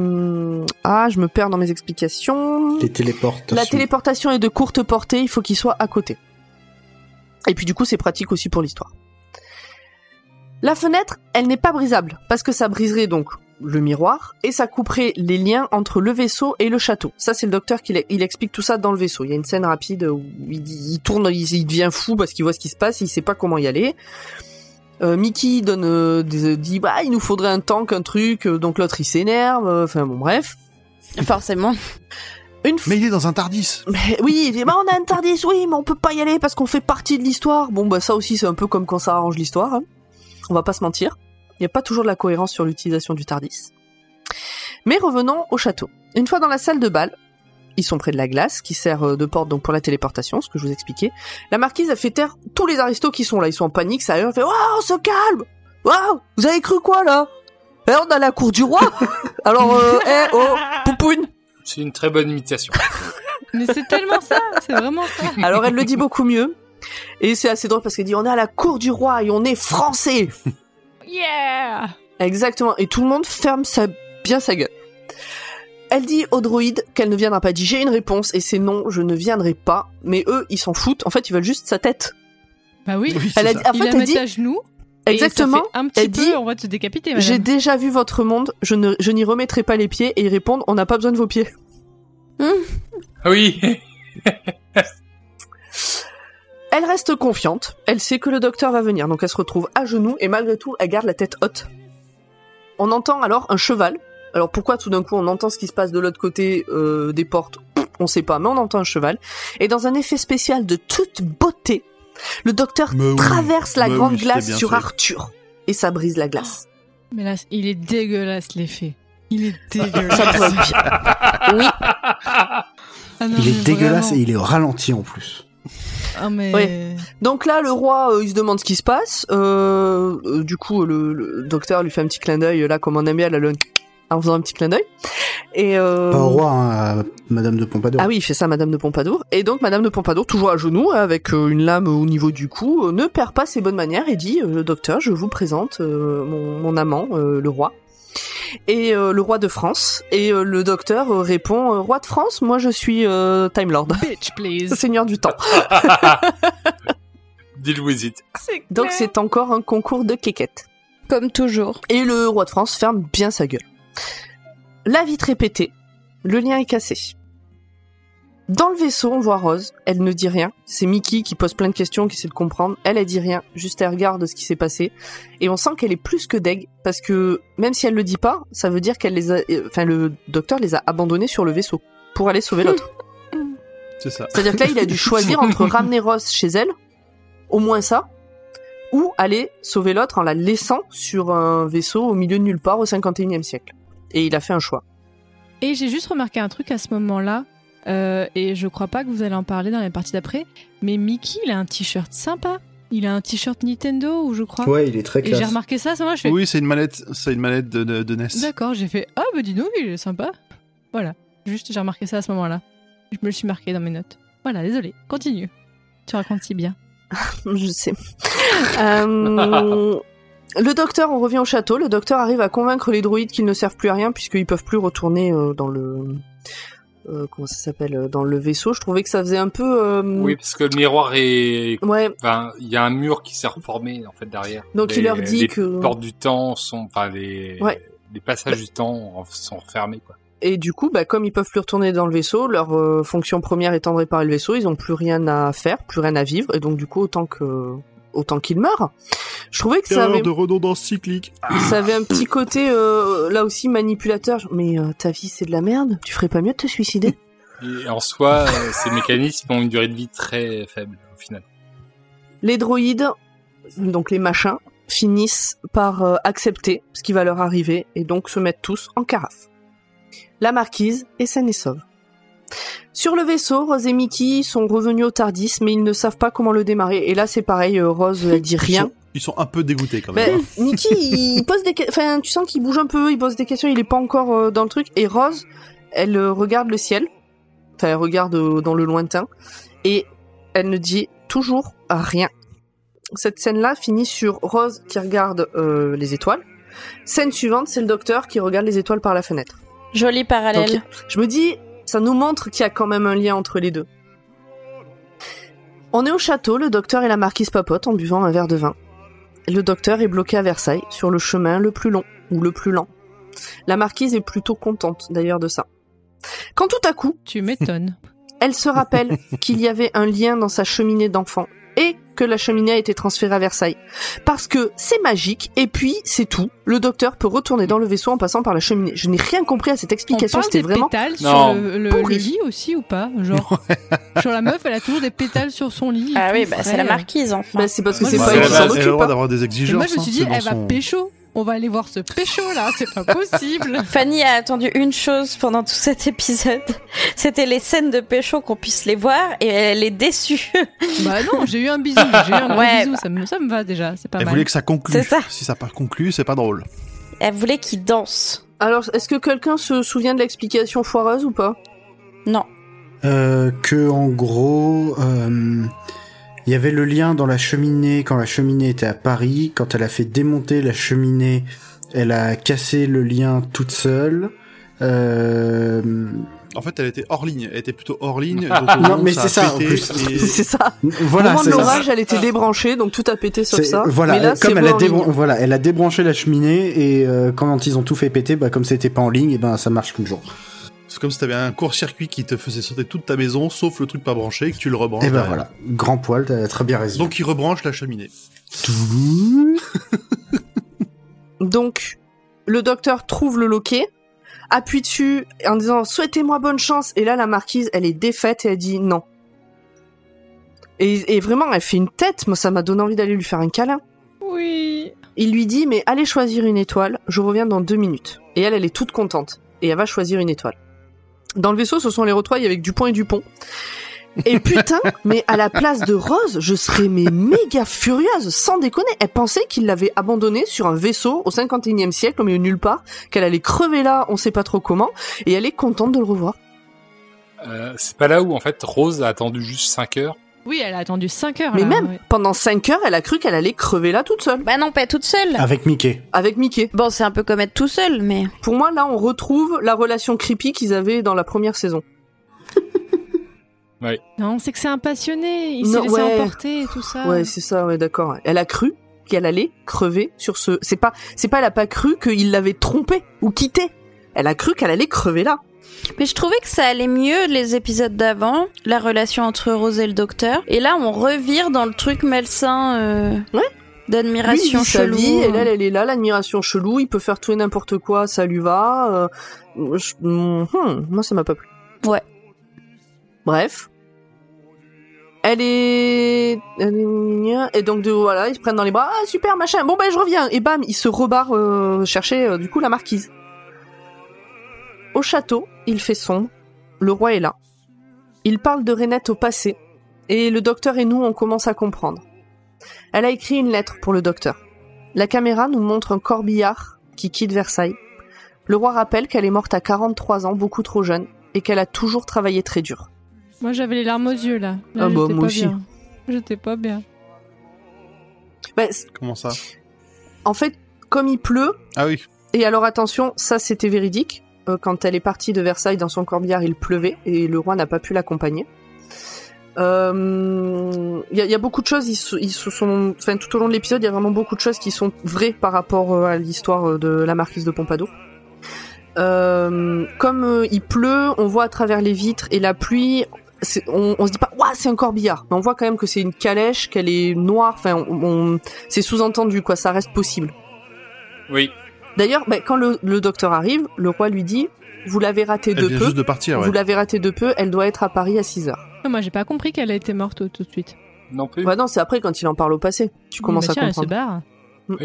[SPEAKER 6] ah, je me perds dans mes explications.
[SPEAKER 7] Les téléportations.
[SPEAKER 6] La téléportation est de courte portée, il faut qu'il soit à côté. Et puis du coup, c'est pratique aussi pour l'histoire. La fenêtre, elle n'est pas brisable, parce que ça briserait donc le miroir, et ça couperait les liens entre le vaisseau et le château. Ça, c'est le docteur qui l'e- il explique tout ça dans le vaisseau. Il y a une scène rapide où il, dit- il tourne, il, il devient fou parce qu'il voit ce qui se passe, il sait pas comment y aller. Euh, Mickey donne, euh, des- dit, bah, il nous faudrait un tank, un truc, euh, donc l'autre il s'énerve, euh, enfin bon, bref.
[SPEAKER 5] Forcément.
[SPEAKER 6] Une fois
[SPEAKER 2] Mais il est dans un tardis.
[SPEAKER 6] mais oui, il dit, bah, on a un tardis, oui, mais on peut pas y aller parce qu'on fait partie de l'histoire. Bon, bah ça aussi, c'est un peu comme quand ça arrange l'histoire. hein. On va pas se mentir. Il n'y a pas toujours de la cohérence sur l'utilisation du tardis. Mais revenons au château. Une fois dans la salle de bal, ils sont près de la glace qui sert euh, de porte donc pour la téléportation, ce que je vous expliquais. La marquise a fait taire tous les aristos qui sont là. Ils sont en panique, ça hurle, fait Waouh, on se calme Waouh, vous avez cru quoi là Eh, on est à la cour du roi Alors, euh, eh, oh, poupoune
[SPEAKER 4] C'est une très bonne imitation.
[SPEAKER 3] Mais c'est tellement ça, c'est vraiment ça.
[SPEAKER 6] Alors elle le dit beaucoup mieux. Et c'est assez drôle parce qu'elle dit on est à la cour du roi et on est français.
[SPEAKER 3] Yeah
[SPEAKER 6] Exactement. Et tout le monde ferme sa, bien sa gueule. Elle dit au droïde qu'elle ne viendra pas. Elle dit j'ai une réponse et c'est non, je ne viendrai pas. Mais eux, ils s'en foutent. En fait, ils veulent juste sa tête.
[SPEAKER 3] Bah oui.
[SPEAKER 2] Oui, c'est
[SPEAKER 6] Elle a
[SPEAKER 2] ça.
[SPEAKER 6] dit, en
[SPEAKER 3] il
[SPEAKER 6] fait,
[SPEAKER 3] la
[SPEAKER 6] elle
[SPEAKER 3] met
[SPEAKER 6] dit
[SPEAKER 3] à genoux. et ça
[SPEAKER 6] exactement.
[SPEAKER 3] fait un petit
[SPEAKER 6] elle
[SPEAKER 3] peu,
[SPEAKER 6] dit-
[SPEAKER 3] on va te décapiter, madame.
[SPEAKER 6] J'ai déjà vu votre monde. Je ne, je n'y remettrai pas les pieds. Et ils répondent on n'a pas besoin de vos pieds.
[SPEAKER 4] Ah oui
[SPEAKER 6] Elle reste confiante, elle sait que le docteur va venir, donc elle se retrouve à genoux et malgré tout, elle garde la tête haute. On entend alors un cheval. Alors pourquoi tout d'un coup on entend ce qui se passe de l'autre côté euh, des portes Pff, On sait pas, mais on entend un cheval. Et dans un effet spécial de toute beauté, le docteur
[SPEAKER 2] Mais oui,
[SPEAKER 6] traverse la
[SPEAKER 2] mais
[SPEAKER 6] grande
[SPEAKER 2] oui, c'était
[SPEAKER 6] glace
[SPEAKER 2] bien
[SPEAKER 6] sur
[SPEAKER 2] fait.
[SPEAKER 6] Arthur. Et ça brise la glace.
[SPEAKER 3] Mais là, il est dégueulasse, l'effet. Il est
[SPEAKER 6] Ah,
[SPEAKER 2] Ah.
[SPEAKER 6] Ça
[SPEAKER 3] dégueulasse.
[SPEAKER 6] pourrait être pire.
[SPEAKER 5] Oui.
[SPEAKER 3] Ah non,
[SPEAKER 7] Il
[SPEAKER 3] mais
[SPEAKER 7] est dégueulasse
[SPEAKER 3] vraiment.
[SPEAKER 7] et il est au ralenti en plus.
[SPEAKER 3] Ah, mais...
[SPEAKER 6] Ouais. Donc là, le roi, euh, il se demande ce qui se passe. Euh, euh, du coup, le, le docteur lui fait un petit clin d'œil, là, comme on aime bien, la lune, en faisant un petit clin d'œil. Et euh,
[SPEAKER 7] Pas au roi, hein, à Madame de Pompadour.
[SPEAKER 6] Ah oui, il fait ça, Madame de Pompadour. Et donc, Madame de Pompadour, toujours à genoux, hein, avec euh, une lame au niveau du cou, euh, ne perd pas ses bonnes manières et dit euh, Docteur, je vous présente euh, mon, mon amant, euh, le roi. Et euh, le roi de France. Et euh, le docteur euh, répond euh, Roi de France, moi je suis euh, Time Lord,
[SPEAKER 3] Bitch, please.
[SPEAKER 6] Seigneur du temps.
[SPEAKER 4] Deal with it.
[SPEAKER 6] Donc, c'est encore un concours de quéquette.
[SPEAKER 5] Comme toujours.
[SPEAKER 6] Et le roi de France ferme bien sa gueule. La vitre est pétée, le lien est cassé. Dans le vaisseau, on voit Rose, elle ne dit rien. C'est Mickey qui pose plein de questions, qui essaie de comprendre. Elle, elle dit rien, juste elle regarde ce qui s'est passé. Et on sent qu'elle est plus que deg, parce que même si elle le dit pas, ça veut dire qu'elle les a, euh, enfin, le docteur les a abandonnés sur le vaisseau. pour aller sauver l'autre.
[SPEAKER 2] C'est ça.
[SPEAKER 6] C'est-à-dire que là, il a dû choisir entre ramener Ross chez elle, au moins ça, ou aller sauver l'autre en la laissant sur un vaisseau au milieu de nulle part au 51e siècle. Et il a fait un choix.
[SPEAKER 3] Et j'ai juste remarqué un truc à ce moment-là, euh, et je crois pas que vous allez en parler dans la partie d'après, mais Mickey, il a un t-shirt sympa. Il a un t-shirt Nintendo, ou je crois.
[SPEAKER 7] Ouais, il est très
[SPEAKER 3] et j'ai
[SPEAKER 7] classe.
[SPEAKER 3] remarqué ça, ça moi je fais.
[SPEAKER 2] Oui, c'est une mallette, c'est une mallette de, de, de NES.
[SPEAKER 3] D'accord, j'ai fait. Ah, bah dis donc, il est sympa. Voilà, juste j'ai remarqué ça à ce moment-là. Je me le suis marqué dans mes notes. Voilà, désolé, continue. Tu racontes si bien.
[SPEAKER 6] Je sais. Euh, le docteur, on revient au château. Le docteur arrive à convaincre les droïdes qu'ils ne servent plus à rien puisqu'ils peuvent plus retourner euh, dans le euh, comment ça s'appelle euh, dans le vaisseau. Je trouvais que ça faisait un peu. euh,
[SPEAKER 4] Oui, parce que le miroir est.
[SPEAKER 6] Ouais.
[SPEAKER 4] Enfin, il y a un mur qui s'est reformé en fait derrière.
[SPEAKER 6] Donc
[SPEAKER 4] Les-
[SPEAKER 6] il leur dit
[SPEAKER 4] les
[SPEAKER 6] que.
[SPEAKER 4] portes du temps sont, enfin les,
[SPEAKER 6] Ouais.
[SPEAKER 4] les passages du temps en- sont refermés quoi.
[SPEAKER 6] Et du coup, bah, comme ils peuvent plus retourner dans le vaisseau, leur euh, fonction première étant de réparer le vaisseau, ils ont plus rien à faire, plus rien à vivre, et donc du coup, autant que autant qu'ils meurent. Je trouvais que ça
[SPEAKER 2] Erreur
[SPEAKER 6] avait,
[SPEAKER 2] de redondance cyclique.
[SPEAKER 6] ça avait un petit côté euh, là aussi manipulateur. Je- Mais euh, ta vie, c'est de la merde. Tu ferais pas mieux de te suicider
[SPEAKER 4] Et en soi, euh, ces mécanismes ont une durée de vie très faible au final.
[SPEAKER 6] Les droïdes, donc les machins, finissent par euh, accepter ce qui va leur arriver et donc se mettent tous en carafe. La marquise est saine et sauve. Sur le vaisseau, Rose et Mickey sont revenus au Tardis, mais ils ne savent pas comment le démarrer. Et là, c'est pareil, euh, Rose, elle dit
[SPEAKER 2] Ils
[SPEAKER 6] rien.
[SPEAKER 2] sont, ils sont un peu dégoûtés quand même.
[SPEAKER 6] Ben, Mickey, il pose des que- Enfin, tu sens qu'il bouge un peu, il pose des questions, il est pas encore euh, dans le truc. Et Rose, elle euh, regarde le ciel. Enfin, elle regarde euh, dans le lointain. Et elle ne dit toujours rien. Cette scène-là finit sur Rose qui regarde euh, les étoiles. Scène suivante, c'est le docteur qui regarde les étoiles par la fenêtre.
[SPEAKER 5] Joli
[SPEAKER 6] Donc,
[SPEAKER 5] parallèle.
[SPEAKER 6] je me dis, ça nous montre qu'il y a quand même un lien entre les deux. On est au château, le docteur et la marquise papotent en buvant un verre de vin. Le docteur est bloqué à Versailles, sur le chemin le plus long, ou le plus lent. La marquise est plutôt contente d'ailleurs de ça. Quand tout à coup,
[SPEAKER 3] Tu m'étonnes.
[SPEAKER 6] elle se rappelle qu'il y avait un lien dans sa cheminée d'enfant, et que la cheminée a été transférée à Versailles. Parce que c'est magique, et puis c'est tout. Le docteur peut retourner dans le vaisseau en passant par la cheminée. Je n'ai rien compris à cette
[SPEAKER 3] On
[SPEAKER 6] explication,
[SPEAKER 3] parle
[SPEAKER 6] c'était
[SPEAKER 3] des
[SPEAKER 6] vraiment
[SPEAKER 3] pétales sur
[SPEAKER 4] Non.
[SPEAKER 3] le, le-
[SPEAKER 6] Pourri.
[SPEAKER 3] le lit aussi ou pas Genre, genre la meuf, elle a toujours des pétales sur son lit. et
[SPEAKER 5] Ah
[SPEAKER 3] tout,
[SPEAKER 5] oui, bah c'est la
[SPEAKER 3] frère.
[SPEAKER 5] marquise enfin.
[SPEAKER 7] Hein
[SPEAKER 6] Bah, c'est parce que
[SPEAKER 3] Moi,
[SPEAKER 6] c'est
[SPEAKER 3] je
[SPEAKER 6] pas
[SPEAKER 3] sais
[SPEAKER 6] elle qui
[SPEAKER 3] pas.
[SPEAKER 6] s'en
[SPEAKER 2] elle a le
[SPEAKER 6] occupe.
[SPEAKER 2] droit
[SPEAKER 6] hein.
[SPEAKER 2] d'avoir des
[SPEAKER 3] Et
[SPEAKER 2] exigences.
[SPEAKER 3] moi, je me suis
[SPEAKER 2] hein,
[SPEAKER 3] dit,
[SPEAKER 2] c'est dans
[SPEAKER 3] elle va
[SPEAKER 2] son-
[SPEAKER 3] pécho. On va aller voir ce pécho là, c'est pas possible.
[SPEAKER 5] Fanny a attendu une chose pendant tout cet épisode, c'était les scènes de pécho qu'on puisse les voir et elle est déçue.
[SPEAKER 3] bah non, j'ai eu un bisou, j'ai eu un gros
[SPEAKER 5] Ouais,
[SPEAKER 3] bisou, ça, me, ça me va déjà, c'est pas
[SPEAKER 2] Elle
[SPEAKER 3] mal.
[SPEAKER 2] voulait que ça conclue.
[SPEAKER 5] C'est ça.
[SPEAKER 2] Si ça pas conclu, c'est pas drôle.
[SPEAKER 5] Elle voulait qu'il danse.
[SPEAKER 6] Alors, est-ce que quelqu'un se souvient de l'explication foireuse ou pas
[SPEAKER 5] Non.
[SPEAKER 7] Euh, que en gros, euh, il y avait le lien dans la cheminée quand la cheminée était à Paris. Quand elle a fait démonter la cheminée, elle a cassé le lien toute seule. Euh,
[SPEAKER 2] En fait, elle était hors ligne. Elle était plutôt hors ligne. euh,
[SPEAKER 7] Non, mais c'est ça, en plus.
[SPEAKER 6] C'est ça. Au
[SPEAKER 7] voilà,
[SPEAKER 6] moment de
[SPEAKER 7] c'est ça.
[SPEAKER 6] l'orage, elle était débranchée, donc tout a pété sauf
[SPEAKER 7] C'est-
[SPEAKER 6] ça.
[SPEAKER 7] Voilà,
[SPEAKER 6] Mais là, c'est
[SPEAKER 7] comme elle a,
[SPEAKER 6] beau en ligne.
[SPEAKER 7] débran- voilà, elle a débranché la cheminée et euh, quand ils ont tout fait péter, bah, comme c'était pas en ligne, et ben ça marche toujours.
[SPEAKER 2] C'est comme si t'avais un court-circuit qui te faisait sauter toute ta maison, sauf le truc pas branché, et que tu le rebranches.
[SPEAKER 7] et ben
[SPEAKER 2] derrière.
[SPEAKER 7] voilà, grand poil, t'as très bien raison.
[SPEAKER 2] Donc il rebranche la cheminée.
[SPEAKER 6] Donc, le docteur trouve le loquet, appuie dessus en disant souhaitez-moi bonne chance. Et là, la marquise, elle est défaite et elle dit non. Et, et vraiment, elle fait une tête. Moi, ça m'a donné envie d'aller lui faire un câlin.
[SPEAKER 3] Oui.
[SPEAKER 6] Il lui dit mais allez choisir une étoile, je reviens dans deux minutes. Et elle, elle est toute contente. Et elle va choisir une étoile. Dans le vaisseau, ce sont les retrouvailles avec Dupont et Dupont. Et putain, mais à la place de Rose, je serais mais méga furieuse, sans déconner. Elle pensait qu'il l'avait abandonnée sur un vaisseau au 51e siècle, au milieu de nulle part, qu'elle allait crever là, on sait pas trop comment, et elle est contente de le revoir.
[SPEAKER 4] Euh, c'est pas là où en fait Rose a attendu juste 5 heures.
[SPEAKER 3] Oui, elle a attendu 5 heures.
[SPEAKER 6] Mais
[SPEAKER 3] là,
[SPEAKER 6] même
[SPEAKER 3] ouais.
[SPEAKER 6] pendant 5 heures, elle a cru qu'elle allait crever là toute seule,
[SPEAKER 5] Bah non, pas toute seule.
[SPEAKER 7] Avec Mickey.
[SPEAKER 6] avec Mickey.
[SPEAKER 5] Bon, c'est un peu comme être tout seul, mais
[SPEAKER 6] Pour moi, là, on retrouve la relation creepy qu'ils avaient dans la première saison.
[SPEAKER 3] Non, c'est que c'est un passionné, il s'est
[SPEAKER 6] Non,
[SPEAKER 3] laissé
[SPEAKER 6] ouais.
[SPEAKER 3] emporter et tout ça.
[SPEAKER 6] Ouais, c'est ça, ouais, d'accord. Elle a cru qu'elle allait crever sur ce. C'est pas, c'est pas, elle a pas cru qu'il l'avait trompée ou quittée. Elle a cru qu'elle allait crever là.
[SPEAKER 5] mais je trouvais que ça allait mieux les épisodes d'avant, la relation entre Rose et le docteur. Et là, on revire dans le truc malsain euh,
[SPEAKER 6] Ouais. Lui, il
[SPEAKER 5] d'admiration
[SPEAKER 6] vit sa
[SPEAKER 5] chelou. hein.
[SPEAKER 6] vie, elle, elle, elle est là, l'admiration chelou. Il peut faire tout et n'importe quoi, ça lui va. euh, je- hmm, hmm, moi, ça m'a pas plu.
[SPEAKER 5] Ouais.
[SPEAKER 6] Bref. Elle est... Elle est mignonne. Et donc, de, voilà, ils se prennent dans les bras. Ah, super, machin. Bon, ben, je reviens. Et bam, ils se rebarrent euh, chercher, euh, du coup, la marquise. Au château, il fait sombre. Le roi est là. Il parle de Renette au passé. Et le docteur et nous, on commence à comprendre. Elle a écrit une lettre pour le docteur. La caméra nous montre un corbillard qui quitte Versailles. Le roi rappelle qu'elle est morte à 43 ans, beaucoup trop jeune, et qu'elle a toujours travaillé très dur.
[SPEAKER 3] Moi, j'avais les larmes aux yeux, là. Là,
[SPEAKER 6] Ah bah,
[SPEAKER 3] j'étais
[SPEAKER 6] moi
[SPEAKER 3] pas
[SPEAKER 6] aussi.
[SPEAKER 3] bien. J'étais pas bien.
[SPEAKER 6] Ben, c-
[SPEAKER 2] Comment ça
[SPEAKER 6] en fait, comme il pleut,
[SPEAKER 2] Ah oui.
[SPEAKER 6] Et alors attention, ça c'était véridique. Euh, quand elle est partie de Versailles dans son corbillard, il pleuvait et le roi n'a pas pu l'accompagner. Euh, Il y, a- il y a beaucoup de choses, ils, se- ils se sont, enfin tout au long de l'épisode, il y a vraiment beaucoup de choses qui sont vraies par rapport euh, à l'histoire euh, de la marquise de Pompadour. Euh, comme euh, il pleut, on voit à travers les vitres et la pluie. c'est- On, on se dit pas, waouh, c'est un corbillard, mais on voit quand même que c'est une calèche, qu'elle est noire. Enfin, on- on- c'est sous-entendu quoi, ça reste possible.
[SPEAKER 4] Oui.
[SPEAKER 6] D'ailleurs, ben, quand le, le docteur arrive, le roi lui dit Vous l'avez raté
[SPEAKER 2] Elle
[SPEAKER 6] de
[SPEAKER 2] vient
[SPEAKER 6] peu.
[SPEAKER 2] juste de partir.
[SPEAKER 6] Vous
[SPEAKER 2] Ouais.
[SPEAKER 6] l'avez raté de peu, elle doit être à Paris à 6 heures.
[SPEAKER 3] Non, Moi, j'ai pas compris qu'elle était morte tout, tout de suite.
[SPEAKER 4] Non plus.
[SPEAKER 6] Bah non, c'est après quand il en parle au passé. Tu commences
[SPEAKER 3] Bah,
[SPEAKER 6] à
[SPEAKER 3] tiens, elle se
[SPEAKER 6] comprendre.
[SPEAKER 3] barre.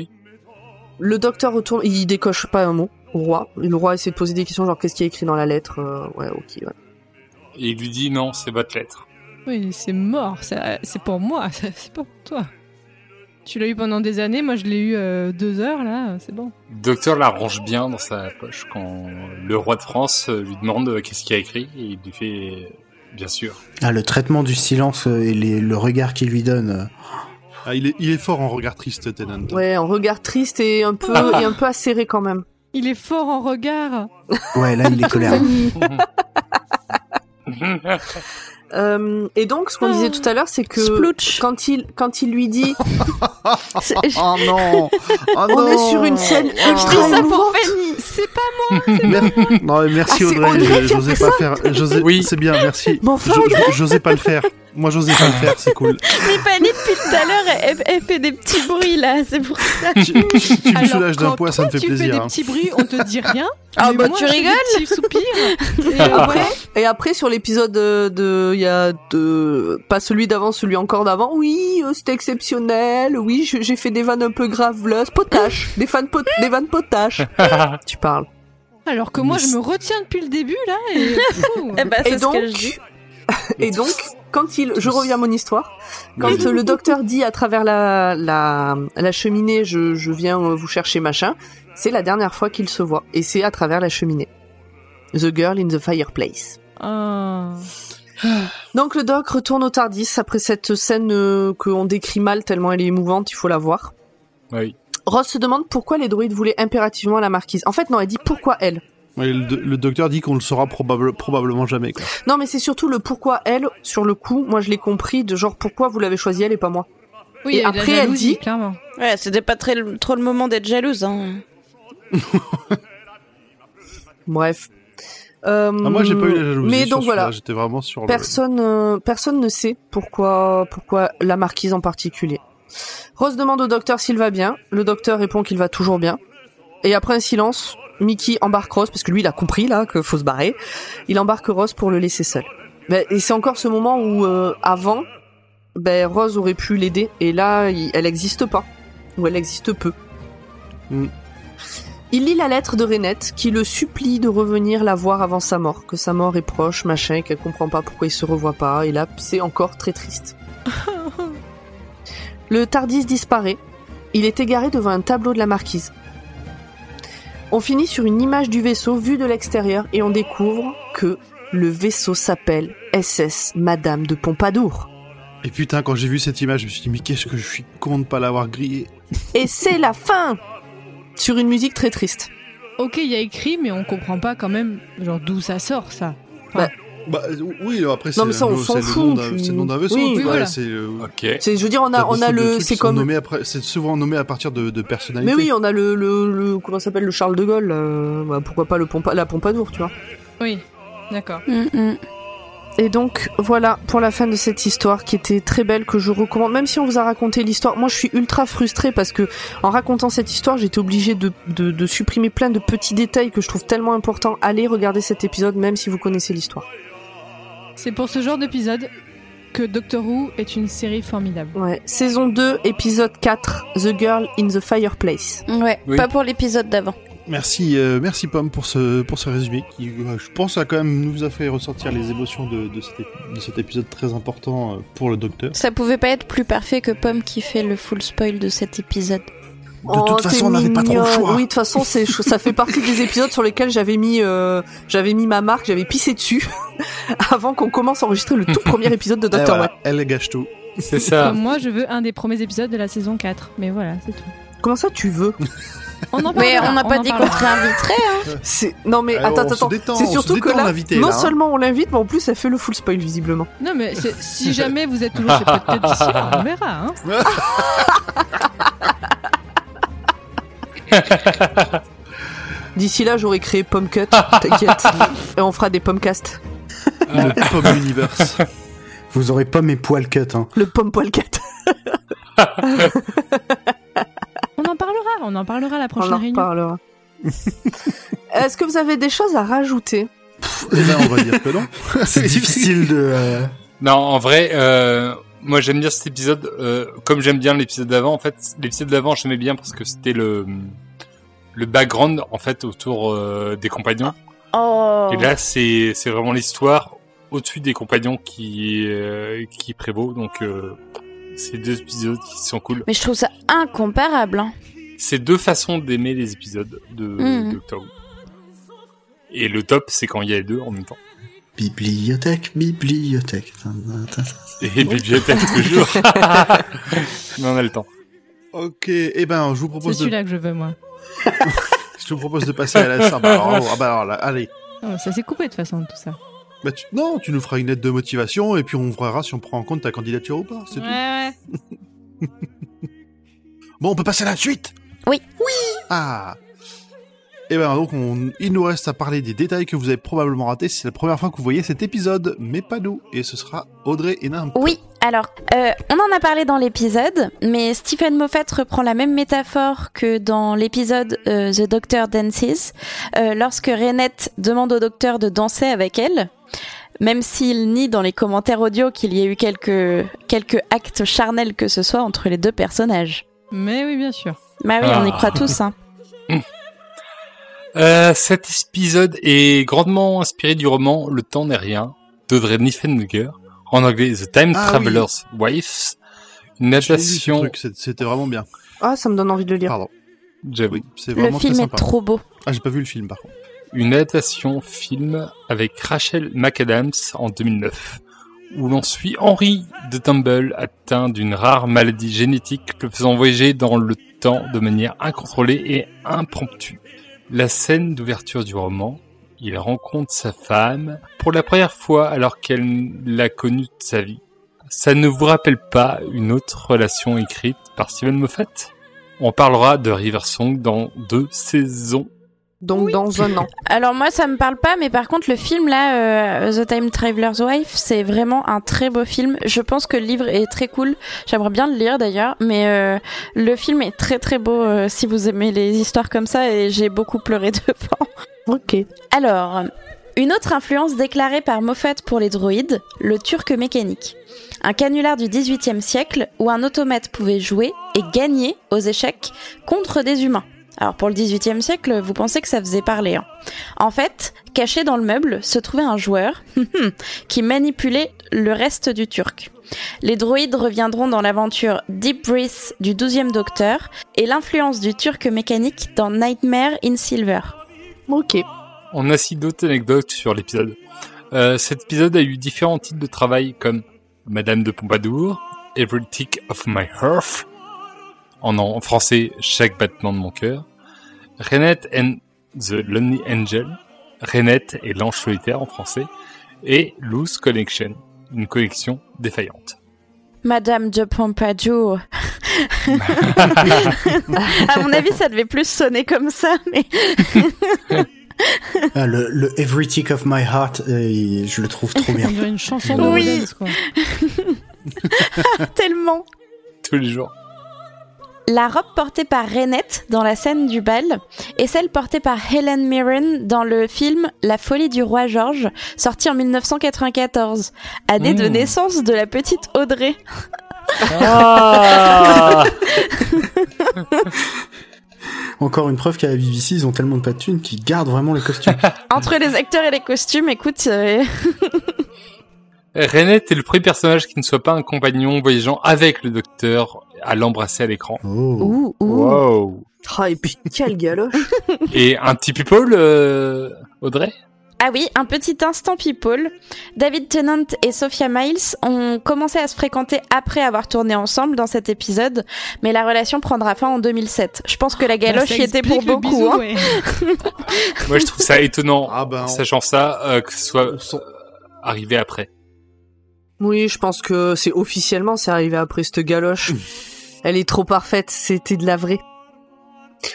[SPEAKER 6] Le docteur retourne, il décoche pas un mot au roi. Le roi essaie de poser des questions, genre qu'est-ce qui est écrit dans la lettre Euh, Ouais, ok, ouais.
[SPEAKER 4] Et il lui dit non, c'est votre lettre.
[SPEAKER 3] Oui, c'est mort. ça- C'est pour moi. C'est pas pour toi. Tu l'as eu pendant des années. Moi, je l'ai eu euh, deux heures, là. C'est bon.
[SPEAKER 4] Le docteur la range bien dans sa poche quand le roi de France euh, lui demande euh, qu'est-ce qu'il a écrit et il lui fait euh, bien sûr.
[SPEAKER 7] Ah, le traitement du silence euh, et les- le regard qu'il lui donne. euh,
[SPEAKER 2] Ah, il, est, il est fort en regard triste, Tennant.
[SPEAKER 6] Ouais, un regard triste et un peu,
[SPEAKER 2] Ah.
[SPEAKER 6] et un peu acéré quand même.
[SPEAKER 3] Il est fort en regard.
[SPEAKER 7] Ouais, là, il est colère.
[SPEAKER 6] Euh, et donc, ce qu'on disait
[SPEAKER 3] Ah.
[SPEAKER 6] tout à l'heure, c'est que
[SPEAKER 1] Splouch.
[SPEAKER 6] quand il, quand il lui dit
[SPEAKER 2] Oh non Oh
[SPEAKER 6] On
[SPEAKER 2] non
[SPEAKER 6] est sur une scène
[SPEAKER 2] Ah.
[SPEAKER 6] ultra émouvante.
[SPEAKER 3] C'est pas.
[SPEAKER 2] Mer- Non, mais merci
[SPEAKER 6] Ah, c'est
[SPEAKER 2] Audrey,
[SPEAKER 6] Audrey
[SPEAKER 2] je-
[SPEAKER 6] qui a
[SPEAKER 2] j'osais
[SPEAKER 6] fait
[SPEAKER 2] pas faire. j'osais-
[SPEAKER 4] Oui.
[SPEAKER 2] c'est bien, merci.
[SPEAKER 6] Mais enfin,
[SPEAKER 2] Je- je- J'osais pas le faire. Moi, j'osais pas le faire, c'est cool.
[SPEAKER 5] Mais Fanny, depuis tout à l'heure, elle, elle fait des petits bruits là, c'est pour ça.
[SPEAKER 2] Tu, tu- tu me
[SPEAKER 3] Alors,
[SPEAKER 2] soulages d'un
[SPEAKER 3] quand
[SPEAKER 2] poids, ça me fait
[SPEAKER 3] tu fais des
[SPEAKER 2] plaisir. hein.
[SPEAKER 3] petits bruits, on te dit rien.
[SPEAKER 5] Ah
[SPEAKER 3] Mais
[SPEAKER 5] bah,
[SPEAKER 3] moi,
[SPEAKER 5] tu
[SPEAKER 3] je fais des
[SPEAKER 5] rigoles.
[SPEAKER 3] petits soupirs. Et,
[SPEAKER 6] Et
[SPEAKER 3] euh,
[SPEAKER 6] après,
[SPEAKER 3] voilà.
[SPEAKER 6] et après sur l'épisode de, de- il y a de, pas celui d'avant, celui encore d'avant. Oui, euh, c'était exceptionnel. Oui, je- j'ai fait des vannes un peu graveleuses, potaches, des fans pot, des vannes potaches. tu parles.
[SPEAKER 3] Alors que moi, je me retiens depuis le début, là. Et, Ouh.
[SPEAKER 5] Eh ben,
[SPEAKER 6] Et
[SPEAKER 5] c'est ce
[SPEAKER 6] donc,
[SPEAKER 5] que je dis.
[SPEAKER 6] et donc, quand il, je reviens à mon histoire. Quand
[SPEAKER 4] Vas-y.
[SPEAKER 6] euh, le docteur dit à travers la la, la cheminée, je, je viens euh, vous chercher machin. C'est la dernière fois qu'il se voit, et c'est à travers la cheminée. The girl in the fireplace.
[SPEAKER 3] Ah.
[SPEAKER 6] Donc le doc retourne au Tardis après cette scène euh, qu'on décrit mal tellement elle est émouvante, il faut la voir.
[SPEAKER 4] Oui.
[SPEAKER 6] Ross se demande pourquoi les druides voulaient impérativement la marquise. En fait non, elle dit pourquoi elle.
[SPEAKER 2] Ouais, le, le docteur dit qu'on le saura probable- probablement jamais. Quoi.
[SPEAKER 6] Non mais c'est surtout le pourquoi elle sur le coup, moi je l'ai compris de genre pourquoi vous l'avez choisie elle et pas moi.
[SPEAKER 3] Oui,
[SPEAKER 6] Et
[SPEAKER 3] il y a de la
[SPEAKER 6] après, elle
[SPEAKER 3] jalousie,
[SPEAKER 6] dit-
[SPEAKER 3] clairement.
[SPEAKER 1] Ouais, c'était pas très, trop le moment d'être jalouse. Hein.
[SPEAKER 6] Bref. Euh,
[SPEAKER 2] Ah, moi, j'ai pas eu la jalousie.
[SPEAKER 6] Mais
[SPEAKER 2] sur
[SPEAKER 6] donc voilà,
[SPEAKER 2] celui-là, J'étais vraiment sur le.
[SPEAKER 6] Personne, euh, personne ne sait pourquoi, pourquoi la marquise en particulier. Rose demande au docteur s'il va bien. Le docteur répond qu'il va toujours bien. Et après un silence, Mickey embarque Rose parce que lui, il a compris là que faut se barrer. Il embarque Rose pour le laisser seul. Mais- Et c'est encore ce moment où euh, avant, ben Rose aurait pu l'aider et là, il- elle n'existe pas ou elle existe peu.
[SPEAKER 2] Mm.
[SPEAKER 6] Il lit la lettre de Renette qui le supplie de revenir la voir avant sa mort, que sa mort est proche, machin, et qu'elle comprend pas pourquoi il se revoit pas, et là c'est encore très triste. le Tardis disparaît, il est égaré devant un tableau de la marquise. On finit sur une image du vaisseau vue de l'extérieur et on découvre que le vaisseau s'appelle SS Madame de Pompadour.
[SPEAKER 2] Et putain, quand j'ai vu cette image, je me suis dit, mais qu'est-ce que je suis con de pas l'avoir grillé.
[SPEAKER 6] Et c'est la fin Sur une musique très triste.
[SPEAKER 3] Ok, il y a écrit, mais on comprend pas quand même, genre, d'où ça sort, ça.
[SPEAKER 2] Bah euh, oui, après c'est
[SPEAKER 6] mais ça, on
[SPEAKER 2] le-
[SPEAKER 6] s'en
[SPEAKER 2] c'est le
[SPEAKER 6] fout,
[SPEAKER 2] nom d'un-
[SPEAKER 6] puis-
[SPEAKER 2] c'est le nom d'un vaisseau.
[SPEAKER 6] Oui,
[SPEAKER 2] tu vois,
[SPEAKER 3] voilà.
[SPEAKER 2] c'est, euh,
[SPEAKER 4] Ok.
[SPEAKER 6] C'est, je veux dire, on
[SPEAKER 2] t'as
[SPEAKER 6] a, on a
[SPEAKER 2] beaucoup de
[SPEAKER 6] le,
[SPEAKER 2] trucs
[SPEAKER 6] c'est
[SPEAKER 2] qui sont
[SPEAKER 6] comme,
[SPEAKER 2] nommés après- C'est souvent nommé à partir de, de personnalités.
[SPEAKER 6] mais oui, on a le, le, le- comment ça s'appelle, le Charles de Gaulle, euh, bah, pourquoi pas le pompa, la Pompadour, tu vois.
[SPEAKER 3] Oui, d'accord.
[SPEAKER 5] Mm, mm.
[SPEAKER 6] Et donc voilà pour la fin de cette histoire qui était très belle que je recommande. Même si on vous a raconté l'histoire, moi je suis ultra frustrée parce que en racontant cette histoire, j'étais obligée de, de, de supprimer plein de petits détails que je trouve tellement importants. Allez regarder cet épisode même si vous connaissez l'histoire.
[SPEAKER 3] C'est pour ce genre d'épisode que Doctor Who est une série formidable.
[SPEAKER 6] Ouais. Saison 2, épisode 4, The Girl in the Fireplace.
[SPEAKER 5] mm. Ouais,
[SPEAKER 4] Oui.
[SPEAKER 5] pas pour l'épisode d'avant.
[SPEAKER 2] Merci, euh, merci Pomme pour ce, pour ce résumé qui, euh, je pense, a quand même nous a fait ressortir les émotions de, de, cet, ép- de cet épisode très important euh, pour le docteur.
[SPEAKER 5] Ça pouvait pas être plus parfait que Pomme qui fait le full spoil de cet épisode.
[SPEAKER 2] De toute façon, on n'avait pas trop le choix.
[SPEAKER 6] Oh, Oui, de toute façon, c'est ça fait partie des épisodes sur lesquels j'avais mis euh, j'avais mis ma marque, j'avais pissé dessus avant qu'on commence à enregistrer le tout premier épisode de
[SPEAKER 2] Eh,
[SPEAKER 6] Doctor
[SPEAKER 2] voilà,
[SPEAKER 6] Who.
[SPEAKER 2] Elle gâche tout.
[SPEAKER 4] C'est ça.
[SPEAKER 3] Comme moi, je veux un des premiers épisodes de la saison 4. Mais voilà, c'est tout.
[SPEAKER 6] Comment ça tu veux
[SPEAKER 3] On en
[SPEAKER 5] Mais
[SPEAKER 3] parlera,
[SPEAKER 5] on n'a pas
[SPEAKER 3] en
[SPEAKER 5] dit qu'on hein.
[SPEAKER 3] parlera.
[SPEAKER 5] te l'inviterait.
[SPEAKER 6] C'est non mais
[SPEAKER 2] Alors,
[SPEAKER 6] attends
[SPEAKER 2] Eh, on se
[SPEAKER 6] attends.
[SPEAKER 2] détend,
[SPEAKER 6] C'est
[SPEAKER 2] on se
[SPEAKER 6] surtout que
[SPEAKER 2] détend,
[SPEAKER 6] là,
[SPEAKER 2] l'invité,
[SPEAKER 6] non
[SPEAKER 2] là, hein.
[SPEAKER 6] seulement on l'invite, mais en plus elle fait le full spoil visiblement.
[SPEAKER 3] Non, mais c'est- si jamais vous êtes toujours chez Podcast d'ici là, on verra. Hein.
[SPEAKER 6] D'ici là, j'aurai créé Pomcut, t'inquiète. Et on fera des pomcasts.
[SPEAKER 2] Le Pomme Universe.
[SPEAKER 7] Vous aurez pas mes poils cut, hein.
[SPEAKER 6] Le pom poilcat.
[SPEAKER 3] On en parlera, on en parlera à la
[SPEAKER 6] On
[SPEAKER 3] prochaine
[SPEAKER 6] en
[SPEAKER 3] réunion.
[SPEAKER 6] reparlera. Est-ce que vous avez des choses à rajouter
[SPEAKER 2] Eh ben, on va dire que non.
[SPEAKER 7] C'est difficile de. euh,
[SPEAKER 4] Non, en vrai, euh, moi j'aime bien cet épisode. euh, comme j'aime bien l'épisode d'avant, en fait, l'épisode d'avant, j'aimais bien parce que c'était le le background en fait autour euh, des compagnons.
[SPEAKER 5] Oh.
[SPEAKER 4] Et là, c'est c'est vraiment l'histoire au-dessus des compagnons qui euh, qui prévaut. Donc, euh, c'est deux épisodes qui sont cool.
[SPEAKER 5] Mais je trouve ça incomparable. hein.
[SPEAKER 4] C'est deux façons d'aimer les épisodes de
[SPEAKER 5] Mhm.
[SPEAKER 4] Doctor Who. Et le top, c'est quand il y a les deux en même temps.
[SPEAKER 7] Bibliothèque, bibliothèque.
[SPEAKER 4] Et bibliothèque toujours. Mais on a le temps.
[SPEAKER 2] ok, eh ben, je vous
[SPEAKER 3] C'est
[SPEAKER 2] propose de,
[SPEAKER 3] celui-là que je veux, moi.
[SPEAKER 2] je vous propose de passer à la. Ah bah, alors, ah bah, alors là, allez.
[SPEAKER 3] Oh, ça s'est coupé de toute façon, tout ça.
[SPEAKER 2] Bah, tu- Non, tu nous feras une lettre de motivation et puis on verra si on prend en compte ta candidature ou pas. C'est tout.
[SPEAKER 3] ouais.
[SPEAKER 2] Bon, on peut passer à la suite
[SPEAKER 5] Oui.
[SPEAKER 2] Oui Ah Et ben donc, on- il nous reste à parler des détails que vous avez probablement ratés. C'est la première fois que vous voyez cet épisode, mais pas nous. Et ce sera Audrey et Nam.
[SPEAKER 5] Oui, alors, euh, on en a parlé dans l'épisode, mais Stephen Moffat reprend la même métaphore que dans l'épisode euh, The Doctor Dances, euh, lorsque Renette demande au docteur de danser avec elle, même s'il nie dans les commentaires audio qu'il y ait eu quelques, quelques actes charnels que ce soit entre les deux personnages.
[SPEAKER 3] Mais oui, bien sûr.
[SPEAKER 5] Bah oui, on y
[SPEAKER 4] Ah.
[SPEAKER 5] croit tous, hein.
[SPEAKER 4] Euh, cet épisode est grandement inspiré du roman Le temps n'est rien d'Audrey Niffenegger, en anglais The Time
[SPEAKER 2] Ah oui.
[SPEAKER 4] Traveler's Wife, une
[SPEAKER 2] J'ai vu ce
[SPEAKER 4] adaptation,
[SPEAKER 2] truc, c'est- c'était vraiment bien.
[SPEAKER 6] Ah, ça me donne envie de le lire.
[SPEAKER 2] Pardon.
[SPEAKER 4] j'avoue,
[SPEAKER 2] Oui, c'est
[SPEAKER 5] Le
[SPEAKER 2] vraiment très
[SPEAKER 5] film est
[SPEAKER 2] sympa.
[SPEAKER 5] trop beau.
[SPEAKER 2] Ah, j'ai pas vu le film par contre.
[SPEAKER 4] une adaptation film avec Rachel McAdams en 2009, où l'on suit Henry de Tumble atteint d'une rare maladie génétique le faisant voyager dans le temps de manière incontrôlée et impromptue. La scène d'ouverture du roman, il rencontre sa femme pour la première fois alors qu'elle l'a connue de sa vie. Ça ne vous rappelle pas une autre relation écrite par Steven Moffat On parlera de River Song dans deux saisons.
[SPEAKER 6] Donc dans un an.
[SPEAKER 5] Alors moi ça me parle pas mais par contre le film là euh, The Time Traveler's Wife c'est vraiment un très beau film. Je pense que le livre est très cool. J'aimerais bien le lire d'ailleurs mais euh, le film est très très beau euh, si vous aimez les histoires comme ça et j'ai beaucoup pleuré devant.
[SPEAKER 6] Ok.
[SPEAKER 5] Alors une autre influence déclarée par Moffat pour les droïdes, le turc mécanique. Un canular du XVIIIe siècle où un automate pouvait jouer et gagner aux échecs contre des humains. Alors pour le XVIIIe siècle, vous pensez que ça faisait parler. hein. En fait, caché dans le meuble se trouvait un joueur qui manipulait le reste du Turc. Les droïdes reviendront dans l'aventure Deep Breath du 12e Docteur et l'influence du Turc mécanique dans Nightmare in Silver.
[SPEAKER 6] Ok.
[SPEAKER 4] On a si d'autres anecdotes sur l'épisode. Euh, cet épisode a eu différents types de travail comme Madame de Pompadour, Every Tick of My Hearth, en, en français Chaque battement de mon cœur, Renette and the Lonely Angel, Renette et l'ange solitaire en français, et Loose Connection, une collection défaillante.
[SPEAKER 5] Madame de Pompadour. à mon avis, ça devait plus sonner comme ça, mais.
[SPEAKER 7] Ah, le, le Every Tick of My Heart, euh, il- je le trouve trop bien.
[SPEAKER 3] On dirait une chanson de
[SPEAKER 5] Oui.
[SPEAKER 3] Rodens, quoi.
[SPEAKER 5] Tellement.
[SPEAKER 4] tous les jours.
[SPEAKER 5] La robe portée par Renette dans la scène du bal et celle portée par Helen Mirren dans le film La folie du roi George, sorti en 1994, année de
[SPEAKER 4] Mm.
[SPEAKER 5] naissance de la petite Audrey.
[SPEAKER 4] Ah
[SPEAKER 7] Encore une preuve qu'à la BBC, ils ont tellement de pas de thunes qu'ils gardent vraiment les costumes.
[SPEAKER 5] Entre les acteurs et les costumes, écoute, euh,
[SPEAKER 4] Renette est le premier personnage qui ne soit pas un compagnon voyageant avec le docteur à l'embrasser à l'écran.
[SPEAKER 7] Oh.
[SPEAKER 5] ouh, ouh.
[SPEAKER 4] Wow.
[SPEAKER 6] Ah, et puis, quelle galoche
[SPEAKER 4] Et un petit people, euh, Audrey
[SPEAKER 5] Ah oui, un petit instant people. David Tennant et Sophia Miles ont commencé à se fréquenter après avoir tourné ensemble dans cet épisode, mais la relation prendra fin en 2007. Je pense que la
[SPEAKER 3] Bah,
[SPEAKER 5] galoche
[SPEAKER 3] ça
[SPEAKER 5] y était pour
[SPEAKER 3] explique le
[SPEAKER 5] beaucoup.
[SPEAKER 3] bisou,
[SPEAKER 5] hein.
[SPEAKER 3] ouais.
[SPEAKER 4] Moi, je trouve ça étonnant,
[SPEAKER 2] Ah ben, on,
[SPEAKER 4] sachant ça, euh, que ce soit
[SPEAKER 2] on sent-
[SPEAKER 4] arrivé après.
[SPEAKER 6] Oui, je pense que c'est officiellement, c'est arrivé après cette galoche. Elle est trop parfaite, c'était de la vraie.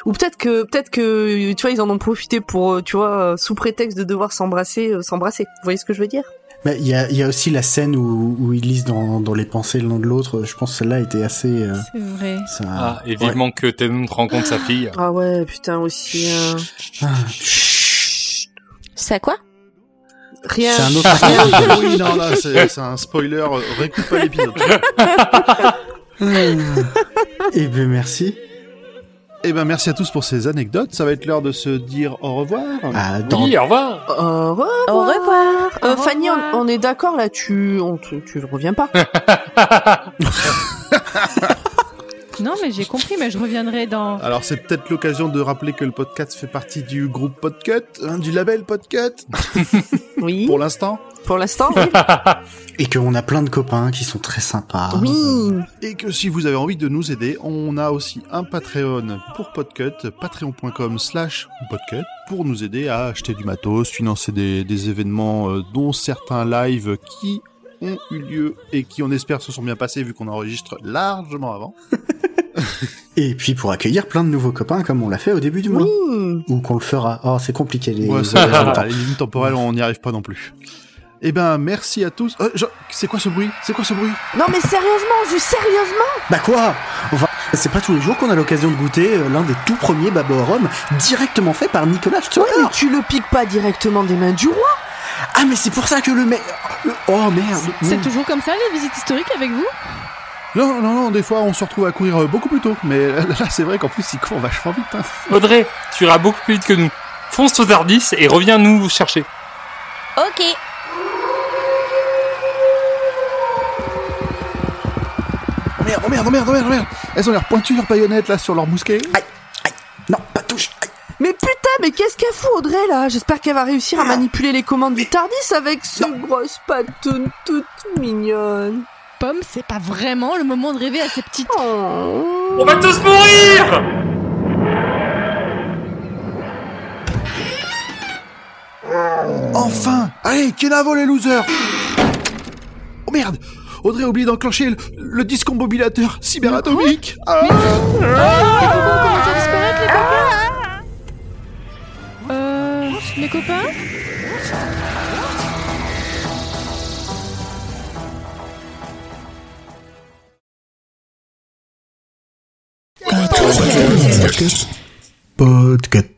[SPEAKER 6] Ou peut-être que, peut-être que, tu vois, ils en ont profité pour, euh, tu vois, euh, sous prétexte de devoir s'embrasser, euh, s'embrasser. Vous voyez ce que je veux dire
[SPEAKER 7] Mais il y a, il y a aussi la scène où, où ils lisent dans, dans les pensées l'un de l'autre. Je pense que celle-là était assez. euh,
[SPEAKER 3] C'est vrai.
[SPEAKER 7] ça-
[SPEAKER 4] Ah, et
[SPEAKER 7] ouais.
[SPEAKER 4] vivement que Tennant rencontre sa fille.
[SPEAKER 6] Ah ouais, putain aussi. euh,
[SPEAKER 7] Ah.
[SPEAKER 5] Ça quoi
[SPEAKER 6] Rien.
[SPEAKER 7] C'est un autre.
[SPEAKER 2] Ah, oui, non, là, c'est c'est un spoiler. euh, Réécoute pas l'épisode.
[SPEAKER 7] Et bien ben, merci.
[SPEAKER 2] Eh ben, merci à tous pour ces anecdotes. Ça va être l'heure de se dire au revoir.
[SPEAKER 7] Ah, dans-
[SPEAKER 4] Oui, au revoir
[SPEAKER 6] Au revoir.
[SPEAKER 5] Au revoir.
[SPEAKER 6] Euh,
[SPEAKER 3] Au
[SPEAKER 6] Fanny, on,
[SPEAKER 3] revoir.
[SPEAKER 6] on est d'accord là, tu, on, te- tu, reviens pas.
[SPEAKER 3] Non, mais j'ai compris, mais je reviendrai dans.
[SPEAKER 2] Alors, c'est peut-être l'occasion de rappeler que le podcast fait partie du groupe Podcut, hein, du label Podcut,
[SPEAKER 6] Oui.
[SPEAKER 2] pour l'instant,
[SPEAKER 6] Pour l'instant. Oui.
[SPEAKER 7] Et qu'on a plein de copains qui sont très sympas.
[SPEAKER 6] oui.
[SPEAKER 2] et que si vous avez envie de nous aider, on a aussi un Patreon pour Podcut, patreon.com slash Podcut, pour nous aider à acheter du matos, financer des, des événements, euh, dont certains lives qui ont eu lieu et qui, on espère, se sont bien passés vu qu'on enregistre largement avant.
[SPEAKER 7] Et puis pour accueillir plein de nouveaux copains comme on l'a fait au début du mois.
[SPEAKER 6] Oui.
[SPEAKER 7] Ou qu'on le fera. Oh, c'est compliqué les.
[SPEAKER 2] Ouais,
[SPEAKER 7] les
[SPEAKER 2] ça,
[SPEAKER 7] horaires de temps.
[SPEAKER 2] voilà, les lignes temporelles, on n'y arrive pas non plus. Eh ben, merci à tous. Euh, Jean- c'est quoi ce bruit C'est quoi ce bruit
[SPEAKER 6] Non mais sérieusement, je sérieusement.
[SPEAKER 7] Bah quoi Enfin, c'est pas tous les jours qu'on a l'occasion de goûter euh, l'un des tout premiers Babo à Rome, directement fait par Nicolas Storer.
[SPEAKER 6] Mais tu le piques pas directement des mains du roi.
[SPEAKER 7] Ah mais c'est pour ça que le mec... le- Oh merde
[SPEAKER 3] C'est
[SPEAKER 7] Mm.
[SPEAKER 3] toujours comme ça les visites historiques avec vous
[SPEAKER 2] Non, non, non, des fois, on se retrouve à courir euh, beaucoup plus tôt. Mais là, là, c'est vrai qu'en plus, il court vachement vite. hein.
[SPEAKER 4] Audrey, tu iras beaucoup plus vite que nous. Fonce aux Tardis et reviens nous chercher.
[SPEAKER 5] Ok.
[SPEAKER 2] Oh merde, oh merde, oh merde, oh merde, oh merde. Elles ont l'air pointues, leurs paillonnettes, là, sur leur mousquet.
[SPEAKER 7] Non, pas touche Aïe.
[SPEAKER 6] Mais putain, mais qu'est-ce qu'elle fout Audrey là J'espère qu'elle va réussir à manipuler les commandes du Tardis avec ce grosse patoune toute mignonne.
[SPEAKER 3] Pomme, c'est pas vraiment le moment de rêver à ces petites.
[SPEAKER 6] Oh.
[SPEAKER 4] On va tous mourir
[SPEAKER 2] Enfin Allez, Kenavo, les losers Oh merde Audrey a oublié d'enclencher le, le discombobulateur cyberatomique Ah
[SPEAKER 3] Commencez à disparaître les copains hein Euh. Mes copains
[SPEAKER 7] Podcast.